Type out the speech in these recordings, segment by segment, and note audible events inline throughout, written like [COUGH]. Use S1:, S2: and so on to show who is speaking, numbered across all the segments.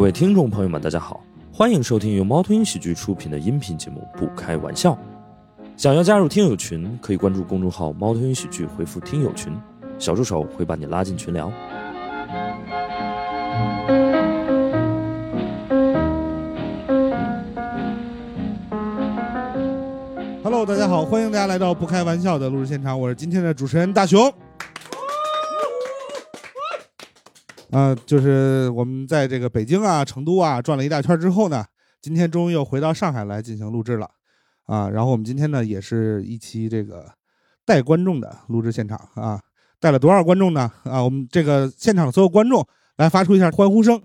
S1: 位听众朋友们，大家好，欢迎收听由猫头鹰喜剧出品的音频节目《不开玩笑》。想要加入听友群，可以关注公众号“猫头鹰喜剧”，回复“听友群”，小助手会把你拉进群聊。
S2: Hello，大家好，欢迎大家来到不开玩笑的录制现场，我是今天的主持人大熊。啊、就是我们在这个北京啊、成都啊转了一大圈之后呢，今天终于又回到上海来进行录制了啊。然后我们今天呢，也是一期这个带观众的录制现场啊，带了多少观众呢？啊，我们这个现场所有观众来发出一下欢呼声。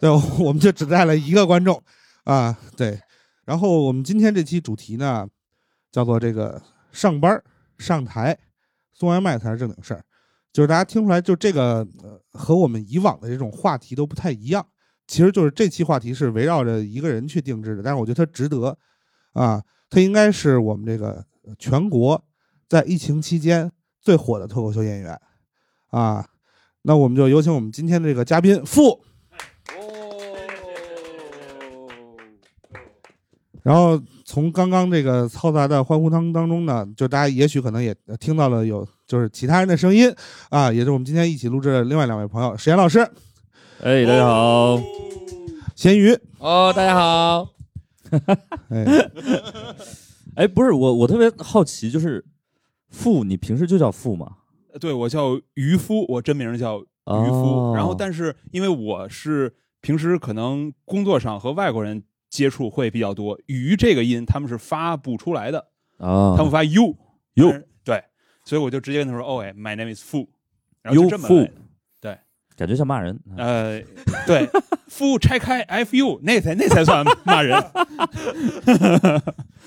S2: 对，我们就只带了一个观众啊，对。然后我们今天这期主题呢，叫做这个上班儿上台送外卖才是正经事儿，就是大家听出来，就这个、呃、和我们以往的这种话题都不太一样。其实就是这期话题是围绕着一个人去定制的，但是我觉得它值得啊，它应该是我们这个呃全国在疫情期间最火的脱口秀演员啊。那我们就有请我们今天的这个嘉宾付。然后从刚刚这个嘈杂的欢呼声当中呢，就大家也许可能也呃听到了有就是其他人的声音啊，也是我们今天一起录制的另外两位朋友，史岩老师、
S1: 哎，大家好，
S2: 咸鱼，
S3: 哦，大家好，
S2: 哎，
S1: [LAUGHS] 哎，不是我，我特别好奇，就是付，你平时就叫付吗？
S3: 对我叫渔夫，我真名叫渔夫。
S1: 哦
S3: 然后，但是因为我是平时可能工作上和外国人接触会比较多，鱼这个音他们是发不出来的，
S1: 啊
S3: 他们发 you
S1: you
S3: 但是对，所以我就直接跟他说，哦，哎，my name is Fu，然后就这么
S1: You
S3: 来的
S1: 感觉像骂人。
S3: 呃，对，fu 拆开 fu 那才那才算
S1: [LAUGHS]
S3: 骂人，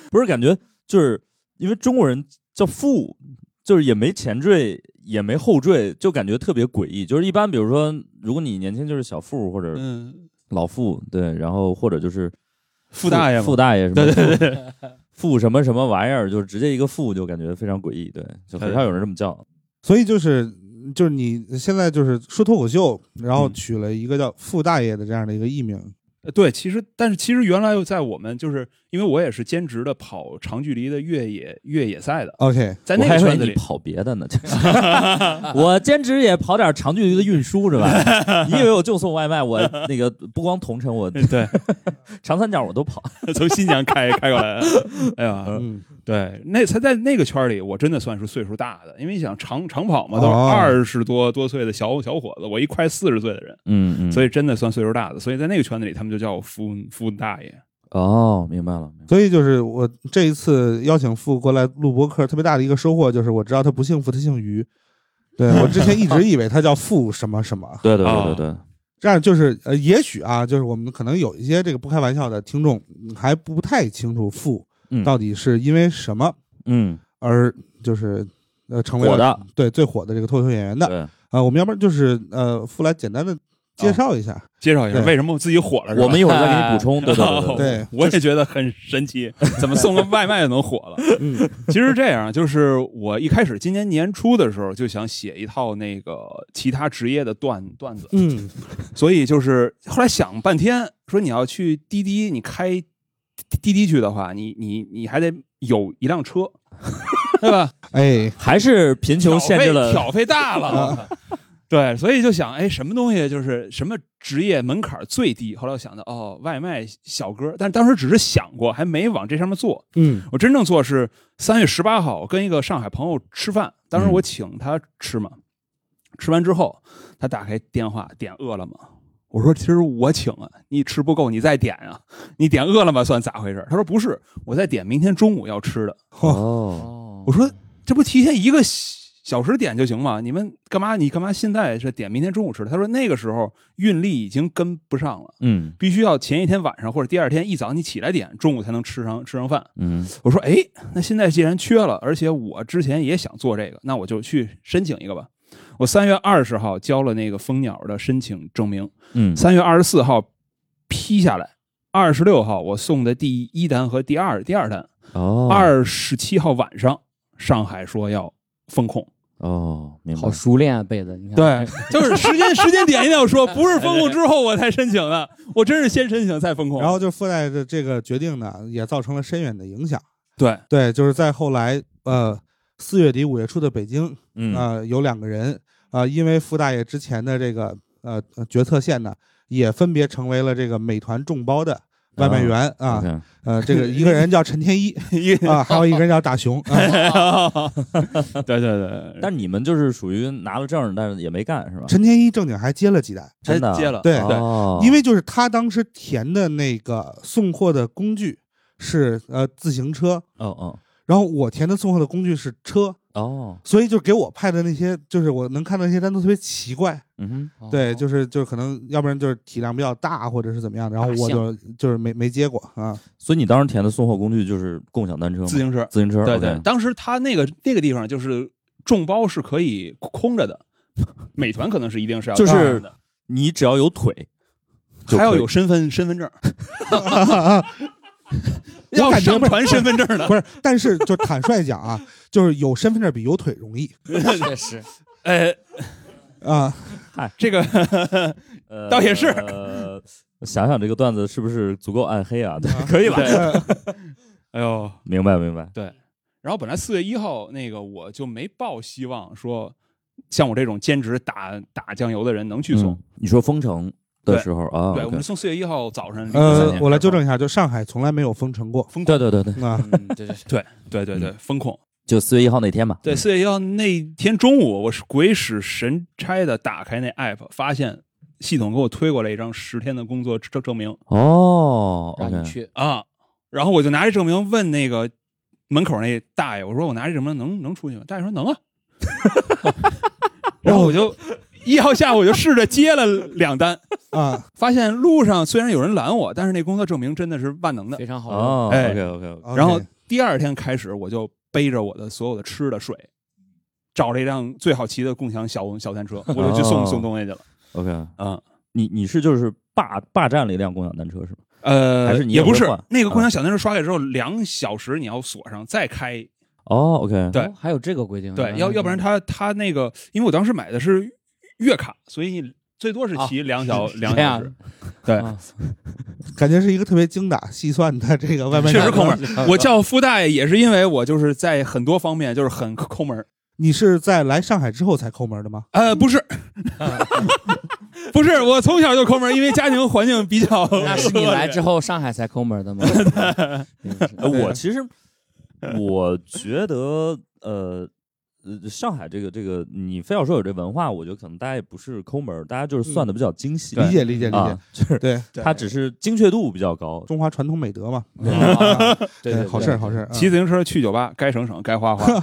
S1: 不是感觉就是因为中国人叫富，就是也没前缀，也没后缀，就感觉特别诡异。就是一般，比如说，如果你年轻就是小富或者
S3: 嗯，
S1: 老富，对，然后或者就是
S3: 傅大爷嘛，
S1: 富大爷什么，对对对，富什么什么玩意儿，就是直接一个富就感觉非常诡异，对，就很少有人这么叫。
S2: 所以就是就是你现在就是说脱口秀，然后
S3: 嗯
S2: 取了一个叫傅大爷的这样的一个艺名，
S3: 呃对，其实但是其实原来在我们就是因为我也是兼职的跑长距离的越野越野赛的，
S2: OK，
S3: 在
S1: 我
S3: 那
S1: 还以
S3: 个
S1: 为
S3: 圈子
S1: 你
S3: 里，
S1: 跑别的呢，就是 [LAUGHS] 我兼职也跑点长距离的运输是吧？你以为我就送外卖？我那个不光同城，我
S3: [LAUGHS] 对，
S1: 长三角我都跑。
S3: 从新疆开开过来的，哎呀，
S2: 嗯，
S3: 对，那才在那个圈里，我真的算是岁数大的，因为你想长长跑嘛，都是
S2: 哦
S3: 二十多多岁的小小伙子，我一快四十岁的人，
S1: 嗯嗯，
S3: 所
S1: 以
S3: 以真的算岁数大的，所以在那个圈子里，他们就叫我夫夫大爷。
S1: 哦，明白了，明白了
S2: 所以就是我这一次邀请傅过来录播客，特别大的一个收获就是我知道他不姓傅，他姓于。对我之前一直以为他叫傅什么什么，
S1: 对对
S3: 啊
S1: 对对对，
S2: 这样就是呃，也许啊，就是我们可能有一些这个不开玩笑的听众嗯还不太清楚富
S1: 嗯
S2: 到底是因为什么
S1: 嗯，
S2: 而就是呃成为
S1: 火
S2: 了
S1: 的，
S2: 对最火的这个脱口秀演员的
S1: 对，
S2: 啊、我们要不然就是呃富来简单的介绍一下，
S3: 介绍一下
S2: 对
S3: 为什么自己火了，是吧
S1: 我们一会儿再给你补
S3: [LAUGHS]
S1: 充，对对对对对，
S2: 对
S3: 我也觉得很神奇，怎么送个外卖就能火了？
S2: 嗯
S3: 其实这样，就是我一开始今年年初的时候就想写一套那个其他职业的段段子，
S2: [LAUGHS] 嗯
S3: 所以就是后来想半天，说你要去滴滴，你开滴滴去的话，你你你还得有一辆车，对吧？
S2: 哎
S1: 还是贫穷限制了，啊
S3: 挑费大了。 [LAUGHS] 对，所以就想，哎，什么东西就是什么职业门槛最低？后来我想到，哦，外卖小哥，但当时只是想过，还没往这上面做。
S2: 嗯
S3: 我真正做是三月十八号，我跟一个上海朋友吃饭，当时我请他吃嘛，吃完之后，他打开电话点饿了么，我说其实我请啊，你吃不够你再点啊，你点饿了么算咋回事？他说不是，我再点明天中午要吃的。
S1: 哦，
S3: 我说这不提前一个小时点就行吗？你们干嘛你干嘛现在是点明天中午吃的？他说那个时候运力已经跟不上了。
S1: 嗯
S3: 必须要前一天晚上或者第二天一早你起来点，中午才能吃上吃上饭。
S1: 嗯
S3: 我说，哎，那现在既然缺了，而且我之前也想做这个，那我就去申请一个吧。我三月二十号交了那个蜂鸟的申请证明，
S1: 嗯，
S3: 三月二十四号批下来，二十六号我送的第一单和第二第二单，
S1: 哦，
S3: 二十七号晚上上海说要封控，
S1: 哦，明白
S4: 好。熟练啊，贝子，你看，
S3: 对，就是时间时间点一定要说，不是风控之后我才申请的，我真是先申请再风控。
S2: 然后就附带着这个决定呢，也造成了深远的影响。
S3: 对，
S2: 对，就是在后来，呃，四月底五月初的北京，
S1: 嗯
S2: 呃，有两个人，呃，因为傅大爷之前的这个呃呃决策线呢，也分别成为了这个美团众包的外卖员
S1: 哦
S2: 啊，
S1: ，OK，
S2: 呃，这个一个人叫陈天
S1: [LAUGHS]
S2: 一
S3: 一
S2: 啊，还有一个人叫大熊，啊、
S3: 对对对，
S1: 但你们就是属于拿了证，但是也没干，是吧？
S2: 陈天一正经还接了几单，
S1: 真的啊
S3: 还接了，
S2: 对
S1: 哦
S2: 因为就是他当时填的那个送货的工具是呃自行车，
S1: 哦哦
S2: 然后我填的送货的工具是车，
S1: 哦，
S2: 所以就给我派的那些，就是我能看到那些单都特别奇怪，
S1: 嗯
S4: 哦
S2: 对，就是就是可能要不然就是体量比较大，或者是怎么样，然后
S4: 大
S2: 我
S4: 象
S2: 就就是没没接过
S3: [LAUGHS]
S2: 啊
S1: 哼，，所以你当时填的送货工具就是共享单车吗？
S3: 自行车，
S1: 自行车，
S3: 对
S1: OK
S3: 对，当时他那个那个地方就是众包是可以空着的，美团可能是一定是要
S1: 就是
S3: 这样的
S1: 你只要有腿，就
S3: 还要
S1: 可以
S3: 有身份身份证，
S2: 我
S3: 要
S2: 感觉
S3: 上
S2: 不是
S3: 传身份证的，
S2: 不是，但是就坦率讲啊， [LAUGHS] 就是有身份证比有腿容
S3: [LAUGHS]
S2: 易
S4: 确实，
S3: 呃，
S2: 啊，
S3: [LAUGHS]
S1: [LAUGHS]
S3: 这个
S1: 呃
S3: 倒也是
S1: 呃 [LAUGHS] 我想想这个段子是不是足够暗黑啊？对， [LAUGHS] 可以吧？
S3: 对，
S1: [LAUGHS]
S3: 哎呦，
S1: 明白明白。
S3: 然后本来四月一号那个我就没抱希望说，像我这种兼职打打酱油的人能去送。
S1: 嗯你说封城的
S3: 对
S1: 时候啊
S3: 对，我
S1: OK
S3: 们从四月一号早上凌晨三
S2: 呃
S3: 点，
S2: 我来纠正一下，就上海从来没有封城过
S1: 对对对对，
S2: 啊，
S4: 嗯，对对对，
S3: 对
S1: 嗯
S3: 对对，风控。
S1: 就四月一号那天吧。
S3: 对，四月一号那天中午，我是鬼使神差的打开那 app，发现系统给我推过来一张十天的工作证证明
S1: 哦
S4: 让
S1: ，OK，
S4: 你去，
S3: 啊，然后我就拿这证明问那个门口那大爷，我说我拿这证明能能出去吗？大爷说能啊，然后我就一号下午我就试着接了两单， [LAUGHS]
S2: 啊
S3: 发现路上虽然有人拦我，但是那工作证明真的是万能的。
S4: 非常好用，
S1: 哦
S3: 哎
S1: ，OK OK，
S2: ，OK，
S3: 然后第二天开始，我就背着我的所有的吃的水，找了一辆最好骑的共享小小 [LAUGHS] 单车，我就去送、
S1: 哦
S3: 送东西去了。
S1: OK，
S3: 啊、
S1: 你你是就是霸霸占了一辆共享单车是吗？
S3: 呃，
S1: 还是你也
S3: 也不
S1: 会
S3: 是
S1: 换
S3: 那个共享小单车刷开之后，两小时你要锁上再开，
S1: 哦，OK，
S3: 对
S4: 哦还有这个规定，
S3: 对，要要不然它它那个，因为我当时买的是月卡，所以你最多是骑两 [LAUGHS] 小、两小
S4: 这样
S3: 时。对，
S4: 啊
S2: 感觉是一个特别精打细算的这个外卖，
S3: 确实抠门。
S4: [LAUGHS]
S2: 儿
S3: 我叫傅大爷也是因为我就是在很多方面就是很抠门儿。
S2: 你是在来上海之后才抠门的吗？
S3: 呃，不是，啊 [LAUGHS] 不是，我从小就抠门儿，因为家庭环境比 [LAUGHS] 较恶劣。
S4: 那是你来之后上海才抠门的吗？真是
S1: 呃，我其实我觉得，呃，呃，上海这个这个，你非要说有这文化，我觉得可能大家也不是抠门儿，大家就是算的比较精细，
S2: 嗯理解理解理解
S1: 啊，，就是
S2: 对，
S3: 对
S1: 它只是精确度比较高。
S2: 中华传统美德嘛，
S4: 啊
S3: [LAUGHS] 对对对
S2: 好事儿好事儿，
S3: 骑
S2: 嗯
S3: 自行车去酒吧，该省省，该花 [LAUGHS] 花。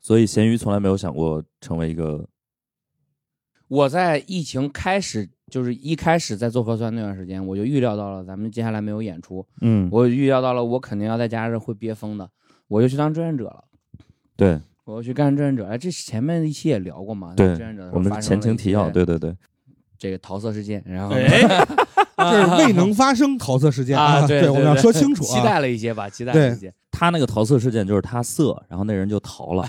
S1: 所以咸鱼从来没有想过成为一个
S4: 我在疫情开始，就是一开始在做核酸那段时间，我就预料到了咱们接下来没有演出，
S1: 嗯，
S4: 我预料到了我肯定要在家是会憋疯的，我就去当志愿者了。
S1: 对
S4: 我要去干志愿者，哎，这前面一期也聊过嘛？
S1: 对
S4: 志愿者的时候
S1: 我们
S4: 发
S1: 的
S4: 生
S1: 前
S4: 了
S1: 情提要，
S4: 一些
S1: 对对对，
S4: 这个桃色事件，然后呢 [LAUGHS]
S3: [LAUGHS] 哎，
S2: 这是未能发生桃色事件
S4: 啊，对
S2: 对，我们要说清楚
S4: [LAUGHS] 期
S2: 啊，
S4: 待了一些吧，期待了一些。
S1: 他那个桃色事件就是他色，然后那人就逃了，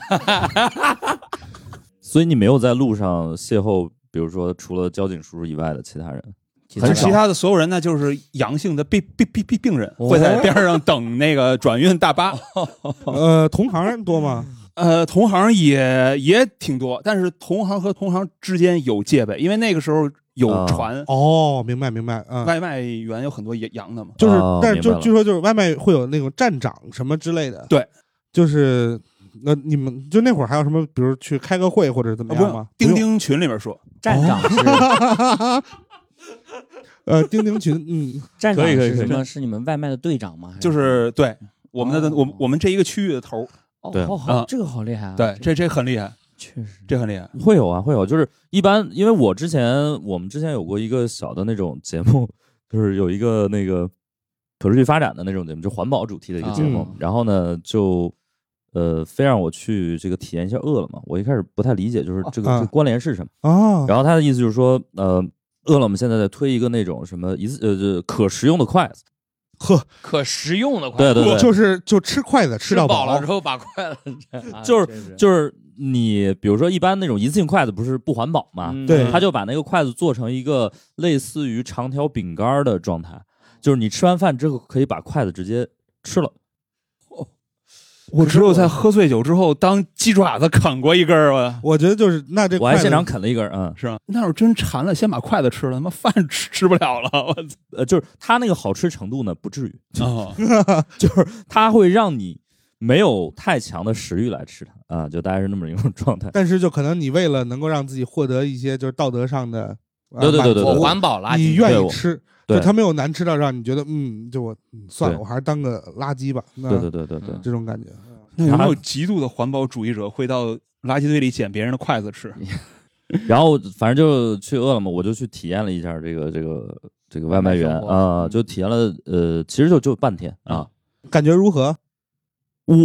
S1: [LAUGHS] 所以你没有在路上邂逅，比如说除了交警叔叔以外的其他人。
S4: 期待
S1: 很
S4: 了
S1: 少
S3: 其他的所有人呢，就是阳性的病病病病病人，
S4: 哦
S3: 会在边上等那个转运大 [LAUGHS] 巴。
S2: 呃，同行多
S4: [LAUGHS]
S2: 吗？
S3: 呃，同行也也挺多，但是同行和同行之间有戒备，因为那个时候有
S1: 啊
S3: 传
S2: 哦，明白明白，嗯，
S3: 外卖员有很多也阳的嘛。
S2: 就是，
S1: 哦
S2: 但是
S1: 明白
S2: 就
S1: 了
S2: 据说就是外卖会有那种站长什么之类的，
S3: 对，
S2: 就是那你们就那会儿还有什么，比如去开个会或者怎么
S3: 啊
S2: 样吗？
S3: 钉钉群里面说，
S4: 站长是
S2: 不用，呃，钉钉群，
S4: [LAUGHS]
S2: 嗯，
S4: 站长
S1: 可以可以
S4: 是
S1: 可以
S4: 什么？是你们外卖的队长吗？还
S3: 就是对我们的
S4: 哦
S3: 我们我们这一个区域的头儿，
S4: 哦
S1: 对，
S4: 好
S3: 啊
S4: 好，这个好厉害啊！
S3: 对，这这很厉害，
S4: 确
S3: [LAUGHS]
S4: 实
S3: 这很厉害。
S1: 会有啊，会有，就是一般，因为我之前我们之前有过一个小的那种节目，就是有一个那个可持续发展的那种节目，就环保主题的一个节目。
S4: 啊嗯
S1: 然后呢，就呃，非让我去这个体验一下饿了么。我一开始不太理解，就是这个、
S2: 啊
S1: 这个关联是什么。
S2: 哦，
S1: 然后他的意思就是说，呃，饿了么现在在推一个那种什么一次呃这可食用的筷子。
S2: 呵，
S4: 可食用
S3: 呃
S4: 的筷
S1: 对
S4: 子，
S1: 对对，
S2: 就是就吃筷子
S4: 吃
S2: 到
S4: 饱
S2: 饱
S4: 了之后把筷子，啊
S1: 就是
S4: 真是
S1: 就是你比如说一般那种一次性筷子不是不环保嘛，
S4: 嗯
S2: 对
S1: 他就把那个筷子做成一个类似于长条饼干儿的状态，就是你吃完饭之后可以把筷子直接吃了。
S3: 我只有在喝醉酒之后当鸡爪子啃过一根儿吧，
S2: 我觉得就是那这
S1: 我还
S2: 筷子
S1: 现场啃了一根儿，嗯，
S3: 是吧？那会儿真馋了，先把筷子吃了，他妈饭吃吃不了 [LAUGHS] 了，我
S1: 呃，就是它那个好吃程度呢，不至于，
S3: 操！
S1: 就是它会让你没有太强的食欲来吃它啊、就大概是那么一种状态。
S2: 但是就可能你为了能够让自己获得一些就是道德上的，呃
S1: 对对对对
S2: 满
S4: 我
S2: 足
S4: 环保垃圾，哦
S1: 对
S2: 你愿意
S1: 我
S2: 吃，
S1: 对
S2: 就他没有难吃到让你觉得嗯，就我嗯算了，
S1: 对
S2: 我还是当个垃圾吧，那
S1: 对对对对对，
S2: 这种感觉。
S3: 那有没有极度的环保主义者会到垃圾堆里捡别人的筷子吃？
S4: [LAUGHS]
S1: 然后反正就去饿了么，我就去体验了一下这个这个这个外卖员
S4: 生活
S1: 啊、
S4: 嗯
S1: 就体验了呃，其实就就半天啊。
S2: 感觉如何？
S4: 嗯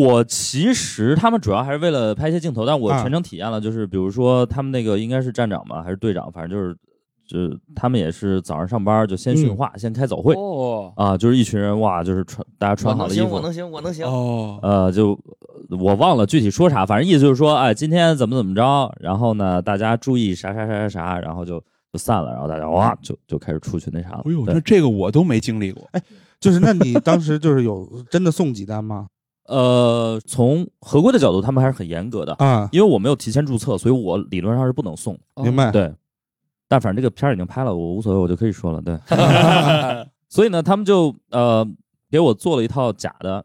S1: 我其实他们主要还是为了拍一些镜头，但我
S2: 啊
S1: 全程体
S4: 嗯
S1: 验了，就是比如说他们那个应该是站长吧，还是队长，反正就是，就是他们也是早上上班就先训话，
S4: 嗯
S1: 先开早会
S4: 哦，
S1: 啊，就是一群人哇，就是穿大家穿好了衣服，
S4: 行，我能行
S3: 哦，
S1: 呃，就我忘了具体说啥，反正意思就是说，哎，今天怎么怎么着，然后呢，大家注意啥啥啥啥啥，然后就就散了，然后大家哇就就开始出去那啥了，
S3: 哎呦，
S1: 对
S3: 那这个我都没经历过。
S2: 就是那你当时就是有 [LAUGHS] 真的送几单吗？
S1: 呃，从合规的角度，他们还是很严格的。
S2: 啊，
S1: 因为我没有提前注册，所以我理论上是不能送。
S4: 哦
S2: 明
S3: 哎
S2: 白。
S1: 哦对，但反正这个片儿已经拍了，我无所谓，我就可以说了。
S3: [LAUGHS]
S1: 对，所以呢，他们就呃给我做了一套假的，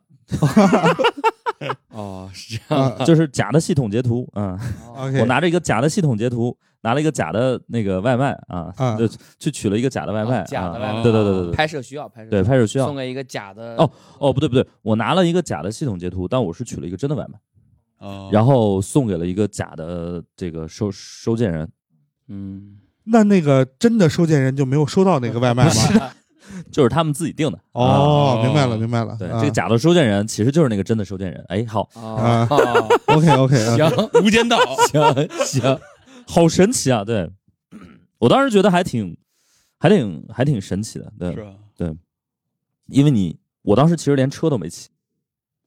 S4: 哦，是这
S2: 啊
S4: 样，
S2: 啊
S1: 就是假的系统截图。嗯，
S4: 哦
S2: ，OK，
S1: 我拿着一个假的系统截图，拿了一个假的那个外卖啊，
S2: 啊
S1: 就去取了一个假的外卖，
S4: 啊假的
S1: 啊
S4: 外卖
S1: 对对对对对对。
S4: 拍摄需要拍摄，
S1: 对，，拍摄需要
S4: 送给一个假的
S1: 哦，不对不对，我拿了一个假的系统截图，但我是取了一个真的外卖，
S3: 哦
S1: 然后送给了一个假的这个收收件人，
S4: 嗯，
S2: 那那个真的收件人就没有收到那个外卖吗？
S1: [LAUGHS] 就是他们自己定的。啊
S2: 哦，
S3: 哦
S2: 明白了，明白了。
S1: 对，
S2: 啊
S1: 这个假的收件人其实就是那个真的收件人。哎，好，
S4: 哦，
S1: [LAUGHS]
S2: OK 啊 OK，
S4: 行，
S3: 《无间道》
S1: 行行，好神奇啊！对，我当时觉得还挺，还挺，还挺神奇的。
S3: [LAUGHS] 是
S1: 对，
S3: 吧？
S1: 因为你，我当时其实连车都没骑，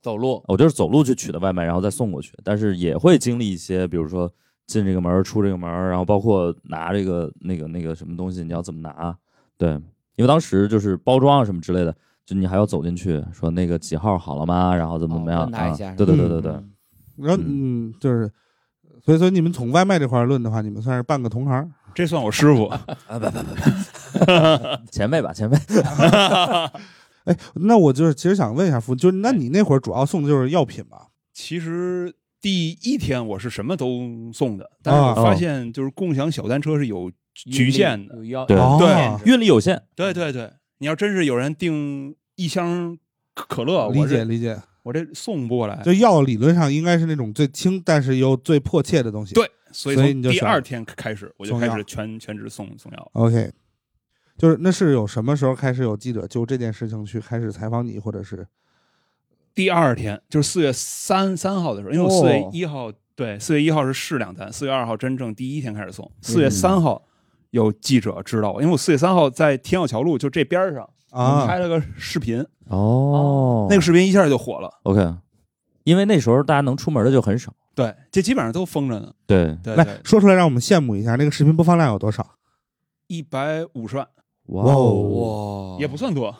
S4: 走路，
S1: 我就是走路去取的外卖，然后再送过去。但是也会经历一些，比如说进这个门儿、出这个门儿，然后包括拿这个、那个、那个什么东西，你要怎么拿？对，因为当时就是包装啊什么之类的，就你还要走进去说那个几号好了吗？然后怎么怎么样
S4: 哦？问他一下
S1: 啊、对对对
S2: 嗯
S1: 对对，
S2: 然后嗯，就是，所以说你们从外卖这块儿论的话，你们算是半个同行。
S3: 这算我师傅。
S1: 前辈吧，前辈。
S2: 哎，那我就是其实想问一下夫，就是
S1: 哎
S2: 那你那会儿主要送的就是药品吧？
S3: 其实第一天我是什么都送的，但是我发现就是共享小单车是有局限的。
S4: 有要
S1: 对
S2: 哦
S3: 对
S1: 运力有限，
S3: 对对对，你要真是有人订一箱可可
S1: 呃
S3: 乐，
S2: 理
S3: 我
S2: 解
S3: 这
S2: 理解，
S3: 我这送不过来。
S2: 就药理论上应该是那种最轻，但是又最迫切的东西。
S3: 对，所以
S2: 所以你
S3: 从
S2: 就
S3: 第
S2: 选
S3: 二天开始，我就
S2: 送
S3: 开
S2: 药
S3: 始全全职送送药。
S2: ，OK，就是那是有什么时候开始有记者就这件事情去开始采访你，或者是
S3: 第二天就是四月三三号的时候，因为我
S4: 哦
S3: 四月一号、对四月一号是试两单，四月二号真正第一天开始送，
S2: 嗯
S3: 四月三号有记者知道我，因为我四月三号在天耀桥路就这边儿上、我
S2: 啊
S3: 拍了个视频，
S1: 哦
S3: 那个视频一下就火了。
S1: OK，因为那时候大家能出门的就很少。
S3: 对，这基本上都封着呢。
S1: 对，
S3: 对
S2: 来
S3: 对，
S2: 说出来让我们羡慕一下？那个视频播放量有多少？
S3: 一百五十万
S1: 哇
S2: 哦，
S4: 哇，
S3: 也不算多。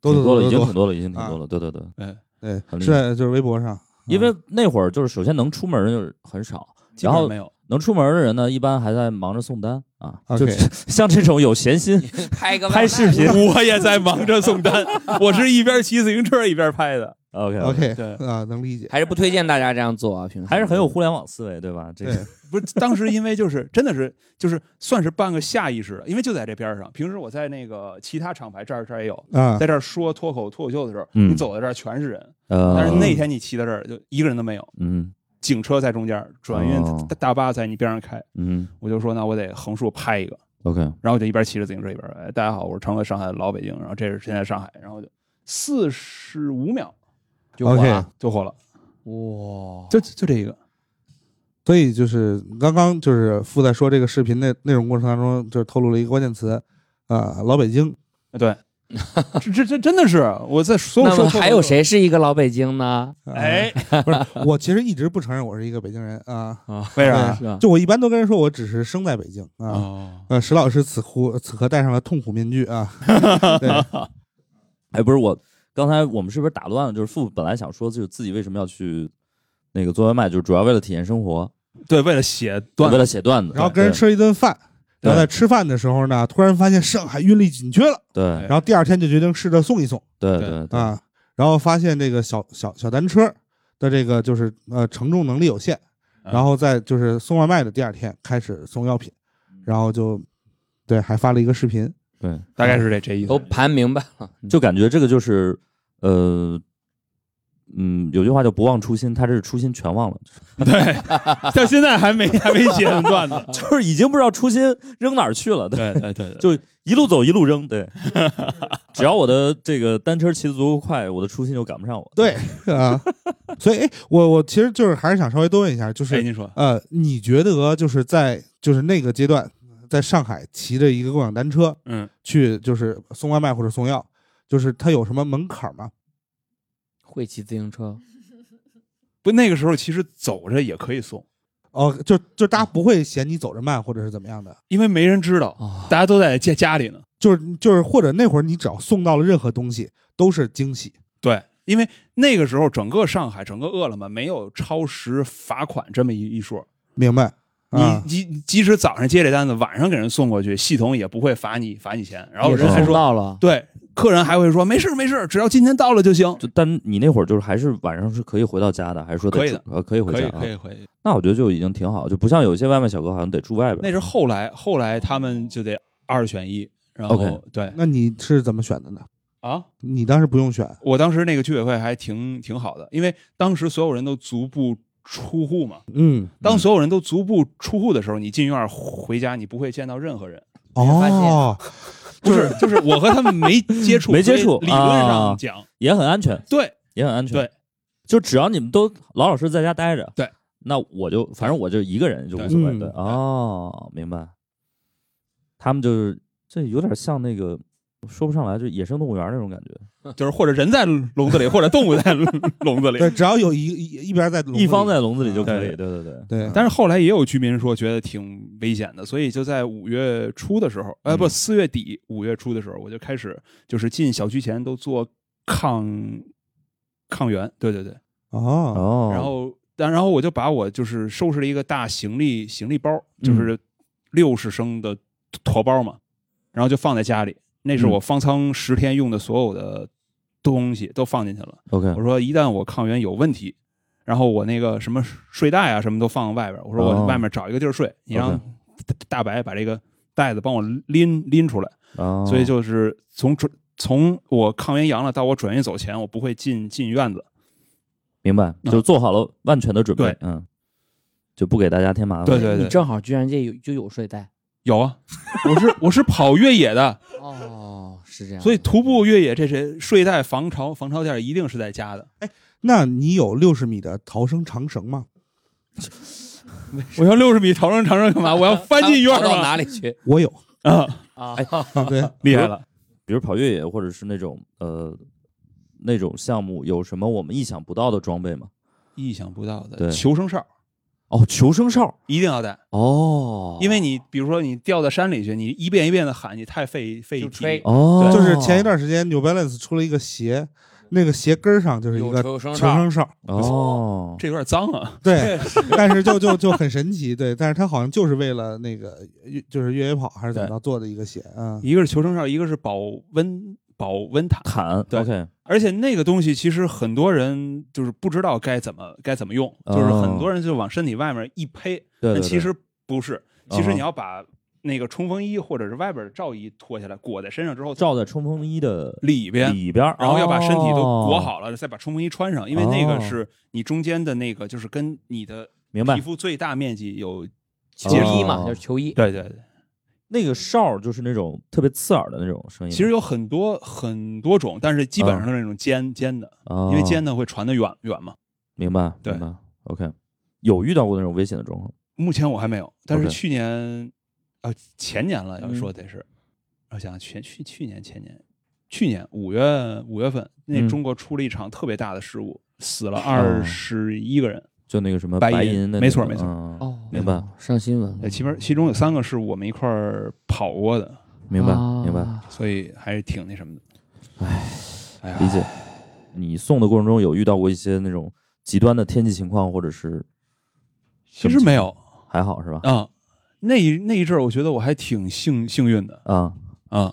S2: 多
S1: 挺
S2: 多
S1: 多了，已经
S2: 多
S1: 挺
S2: 多，
S1: 多了，已经挺
S2: 啊
S1: 多了。对对对，
S3: 嗯，
S2: 对
S1: 很，厉
S2: 是在就是微博上，啊
S1: 因为那会儿就是首先能出门的就是很少，
S3: 基
S1: 然
S3: 本上
S1: 后
S3: 没有。
S1: 能出门的人呢，一般还在忙着送单啊，
S2: OK
S1: 就是 [LAUGHS] 像这种有闲心
S4: 拍个外卖
S1: 拍视频。
S3: [LAUGHS] 我也在忙着送单，我是一边骑自行车一边拍的。
S1: OK
S2: OK
S3: 对
S2: 啊，能理解。
S4: 还是不推荐大家这样做啊，平时
S1: 还是很有互联网思维，对吧？这
S2: 对
S1: 个，
S3: 不是，当时因为就是真的是就是算是半个下意识的，因为就在这边上。平时我在那个其他厂牌这儿这儿也有，
S2: 啊
S3: 在，这儿说脱口脱口秀的时候，
S1: 嗯
S3: 你走到这儿全是人，
S1: 呃，
S3: 但是那天你骑到这儿就一个人都没有，
S1: 嗯
S3: 警车在中间，转运
S1: 哦
S3: 大大巴在你边上开，
S1: 嗯
S3: 我就说那我得横竖拍一个，
S1: OK，
S3: 然后我就一边骑着自行车一边，哎，大家好，我是成了上海老北京，然后这是现在上海，然后就四十五秒就火
S2: OK
S3: 了，就火了，
S4: 哇，
S3: 就就这一个，
S2: 所以就是刚刚就是傅在说这个视频内内容过程当中，就是透露了一个关键词，啊，老北京。
S3: 对， [LAUGHS] 这这这真的是我在所有
S4: 那
S3: 说
S4: 么
S3: 错
S4: 还有？谁是一个老北京呢？
S2: 啊
S3: 哎，
S2: 不是，我其实一直不承认我是一个北京人啊。
S3: 为
S2: 对
S3: 啥？
S4: 是吧？
S2: 就我一般都跟人说，我只是生在北京啊。
S3: 哦，
S2: 呃，石老师此乎此刻戴上了痛苦面具啊。对，
S1: 哎，不是我，刚才我们是不是打乱了？就是父本来想说，就是自己为什么要去那个做外卖，就是主要为了体验生活，
S3: 对，为了写段
S1: 为
S3: 子，
S1: 了写段子，
S2: 然后跟人吃了一顿饭，然后在吃饭的时候呢，突然发现上海运力紧缺了，
S1: 对
S2: 然后第二天就决定试着送一送
S1: 对
S3: 对
S1: 对对，
S2: 啊。然后发现这个小小小单车的这个就是呃承重能力有限，
S3: 嗯
S2: 然后在就是送外卖的第二天开始送药品，然后就对还发了一个视频，
S1: 对，
S3: 大概是这这意思
S4: 都。盘明白了，
S1: 就感觉这个就是，呃，嗯，有句话叫不忘初心，他这是初心全忘了， [LAUGHS]
S3: 对， [LAUGHS] 到现在还没还没写段子。
S1: 就是已经不知道初心扔哪儿去了，对，
S3: [LAUGHS] 对对对，对
S1: 就一路走一路扔，对， [LAUGHS] 只要我的这个单车骑得足够快，我的初心就赶不 [LAUGHS] 上我，
S2: 对啊，所以哎，我我其实就是还是想稍微多问一下，就是
S3: 哎，您说，
S2: 呃，你觉得就是在就是那个阶段，在上海骑着一个共享单车
S3: 嗯，
S2: 去就是送外卖或者送药，就是它有什么门槛吗？
S4: 会骑自行车，
S3: 不，那个时候其实走着也可以送，
S2: 哦，就就大家不会嫌你走着慢或者是怎么样的，
S3: 因为没人知道，
S4: 哦，
S3: 大家都在家家里呢。
S2: 就是就是或者那会儿你只要送到了任何东西都是惊喜。
S3: 对，因为那个时候整个上海、整个饿了么没有超时罚款这么一一说，
S2: 明白？
S3: 你
S2: 啊，
S3: 即即使早上接这单子，晚上给人送过去，系统也不会罚你罚你钱，然后
S4: 也是
S3: 人还
S4: 送
S3: 说，
S4: 到了，
S3: 对，客人还会说没事儿没事儿，只要今天到了就行，
S1: 就但你那会儿就是还是晚上是可以回到家的，还是说得
S3: 可以
S1: 住
S3: 的
S1: 呃可以回
S3: 可
S1: 家
S3: 以
S1: 啊
S3: 可？以可以。
S1: 那我觉得就已经挺好，就不像有些外卖小哥好像得住外边
S3: 那
S1: 儿。
S3: 是后来后来他们就得二选一，然后
S1: OK
S3: 对
S2: 那你是怎么选的呢？
S3: 啊，
S2: 你当时不用选
S3: 我当时那个居委会还挺挺好的，因为当时所有人都足不出户嘛。
S2: 嗯，
S3: 当所有人都足不出户的时候，你进院回家，你不会见到任何人。
S4: 发现
S2: 哦，
S3: 不是， [LAUGHS] 就是我和他们 [LAUGHS] 没接触，啊
S1: 没接触
S3: 所以理论上讲，
S1: 也很安全，
S3: 对
S1: 也很安全。
S3: 对，
S1: 就只要你们都老老实实在家待着，
S3: 对，
S1: 那我就反正我就一个人就无所谓。
S2: 对
S1: 对
S2: 嗯
S1: 哦，明白。他们就是这有点像那个说不上来，就野生动物园那种感觉，
S3: 就是或者人在笼子里，或者动物在笼子里。
S2: 对，只要有一一一边在笼子
S1: 一方
S2: 里
S1: 在笼子里就可以。
S3: 对
S1: 对对对，
S2: 嗯对，
S3: 但是后来也有居民说觉得挺危险的，所以就在五月初的时候，呃，不，
S1: 嗯
S3: 四月底五月初的时候，我就开始就是进小区前都做抗抗原，对对对，
S2: 哦，
S1: 哦，
S3: 啊然后但然后我就把我就是收拾了一个大行李行李包，
S1: 嗯
S3: 就是六十升的驮包嘛，然后就放在家里，那
S1: 嗯
S3: 是我方舱十天用的所有的东西都放进去了。
S1: OK，
S3: 我说一旦我抗原有问题，然后我那个什么睡袋啊什么都放外边儿，我说
S1: 哦
S3: 我外面找一个地儿睡，你让
S1: OK
S3: 大大白把这个袋子帮我拎拎出来。
S1: 哦
S3: 所以就是从转从我抗原阳了到我转运走前，我不会进进院子。
S1: 明白，就做好了万全的准备
S3: 嗯对，
S1: 嗯，就不给大家添麻烦。
S3: 对对
S4: 你
S3: 对，
S4: 正好居然界有就有睡袋，
S3: 有啊，我是我是跑越
S1: [LAUGHS]
S3: 野的，
S4: 哦，是这样的，
S3: 所以徒步越野这些睡袋、防潮、防潮垫一定是在家的。
S2: 那你有六十米的逃生长绳吗？
S3: 我要六十米朝上长上干嘛？我要翻进院
S4: 逃到
S3: 吗？
S4: 哪里去
S2: 我
S3: [LAUGHS]
S2: 有，
S3: 啊，
S4: 啊？ [LAUGHS]
S2: 啊对，
S3: 厉害了！
S1: 比如跑越野或者是那种呃那种项目，有什么我们意想不到的装备吗？
S3: 意想不到的
S1: 对
S3: 求生哨
S1: 哦，求生哨
S3: 一定要带，
S1: 哦，
S3: 因为你比如说你掉到山里去，你一遍一遍的喊，你太费费
S4: 就
S3: 体
S4: 吹
S3: 力。
S1: 哦，
S2: 就是前一段时间 New Balance 出了一个鞋，那个鞋跟儿上就是一
S4: 有
S2: 个
S4: 求生
S2: 求
S4: 哨
S2: 生
S3: [LAUGHS]
S2: 哨，
S1: 哦，
S3: 这有点脏啊！
S2: 对，但是就就就很神奇，对，但是它好像就是为了那个越就是越野跑还是怎么着做的一个鞋，嗯，
S3: [LAUGHS] 一个是求生哨，一个是保温保温毯，
S1: 毯
S3: 对
S1: OK，
S3: 而且那个东西其实很多人就是不知道该怎么该怎么用，就是
S1: 哦
S3: 很多人就往身体外面一披，
S1: 对对
S3: 但
S1: 对
S3: 其实不是，其
S1: 嗯
S3: 实
S1: 哼
S3: 你要把那个冲锋衣或者是外边的罩衣脱下来，裹在身上之后，
S1: 罩在冲锋衣的
S3: 里边，
S1: 里边儿，
S3: 然后要把身体都裹
S1: 哦，
S3: 好了，再把冲锋衣穿上，因为那个
S1: 哦
S3: 是你中间的那个，就是跟你的
S1: 明白哦
S3: 皮？肤最大面积有
S4: 球
S1: 接
S4: 衣
S1: 触
S4: 嘛，就是球衣，
S3: 对对对，
S1: 那个哨儿就是那种特别刺耳的那种声音吗，
S3: 其实有很多很多种，但是基本上是那种尖尖的，
S1: 嗯哦
S3: 因为尖的会传的远远嘛。
S1: 明白
S3: 对
S1: 明白 OK，有遇到过那种危险的状况吗，
S3: 目前我还没有，但是
S1: OK
S3: 去年，呃，前年了，要
S1: 嗯
S3: 说得是，我想想去去去年前年，去年五月五月份，那
S1: 嗯哦
S3: 中国出了一场特别大的事故，死了二十一个人。
S1: 就那个什么
S3: 白银
S1: 银的那个，
S3: 没错没错
S1: 嗯
S4: 哦
S1: 明白
S4: 上新闻
S3: 呃，
S4: 了，
S3: 其中其中有三个是我们一块儿跑过的，
S1: 明白
S4: 啊
S1: 明白，
S3: 所以还是挺那什么的。哎，哎
S1: 理
S3: 呀，
S1: 解。你送的过程中有遇到过一些那种极端的天气情况，或者是
S3: 其实没有
S1: 还好是吧？
S3: 啊、那一那一阵儿，我觉得我还挺幸幸运的
S1: 啊，
S3: 啊、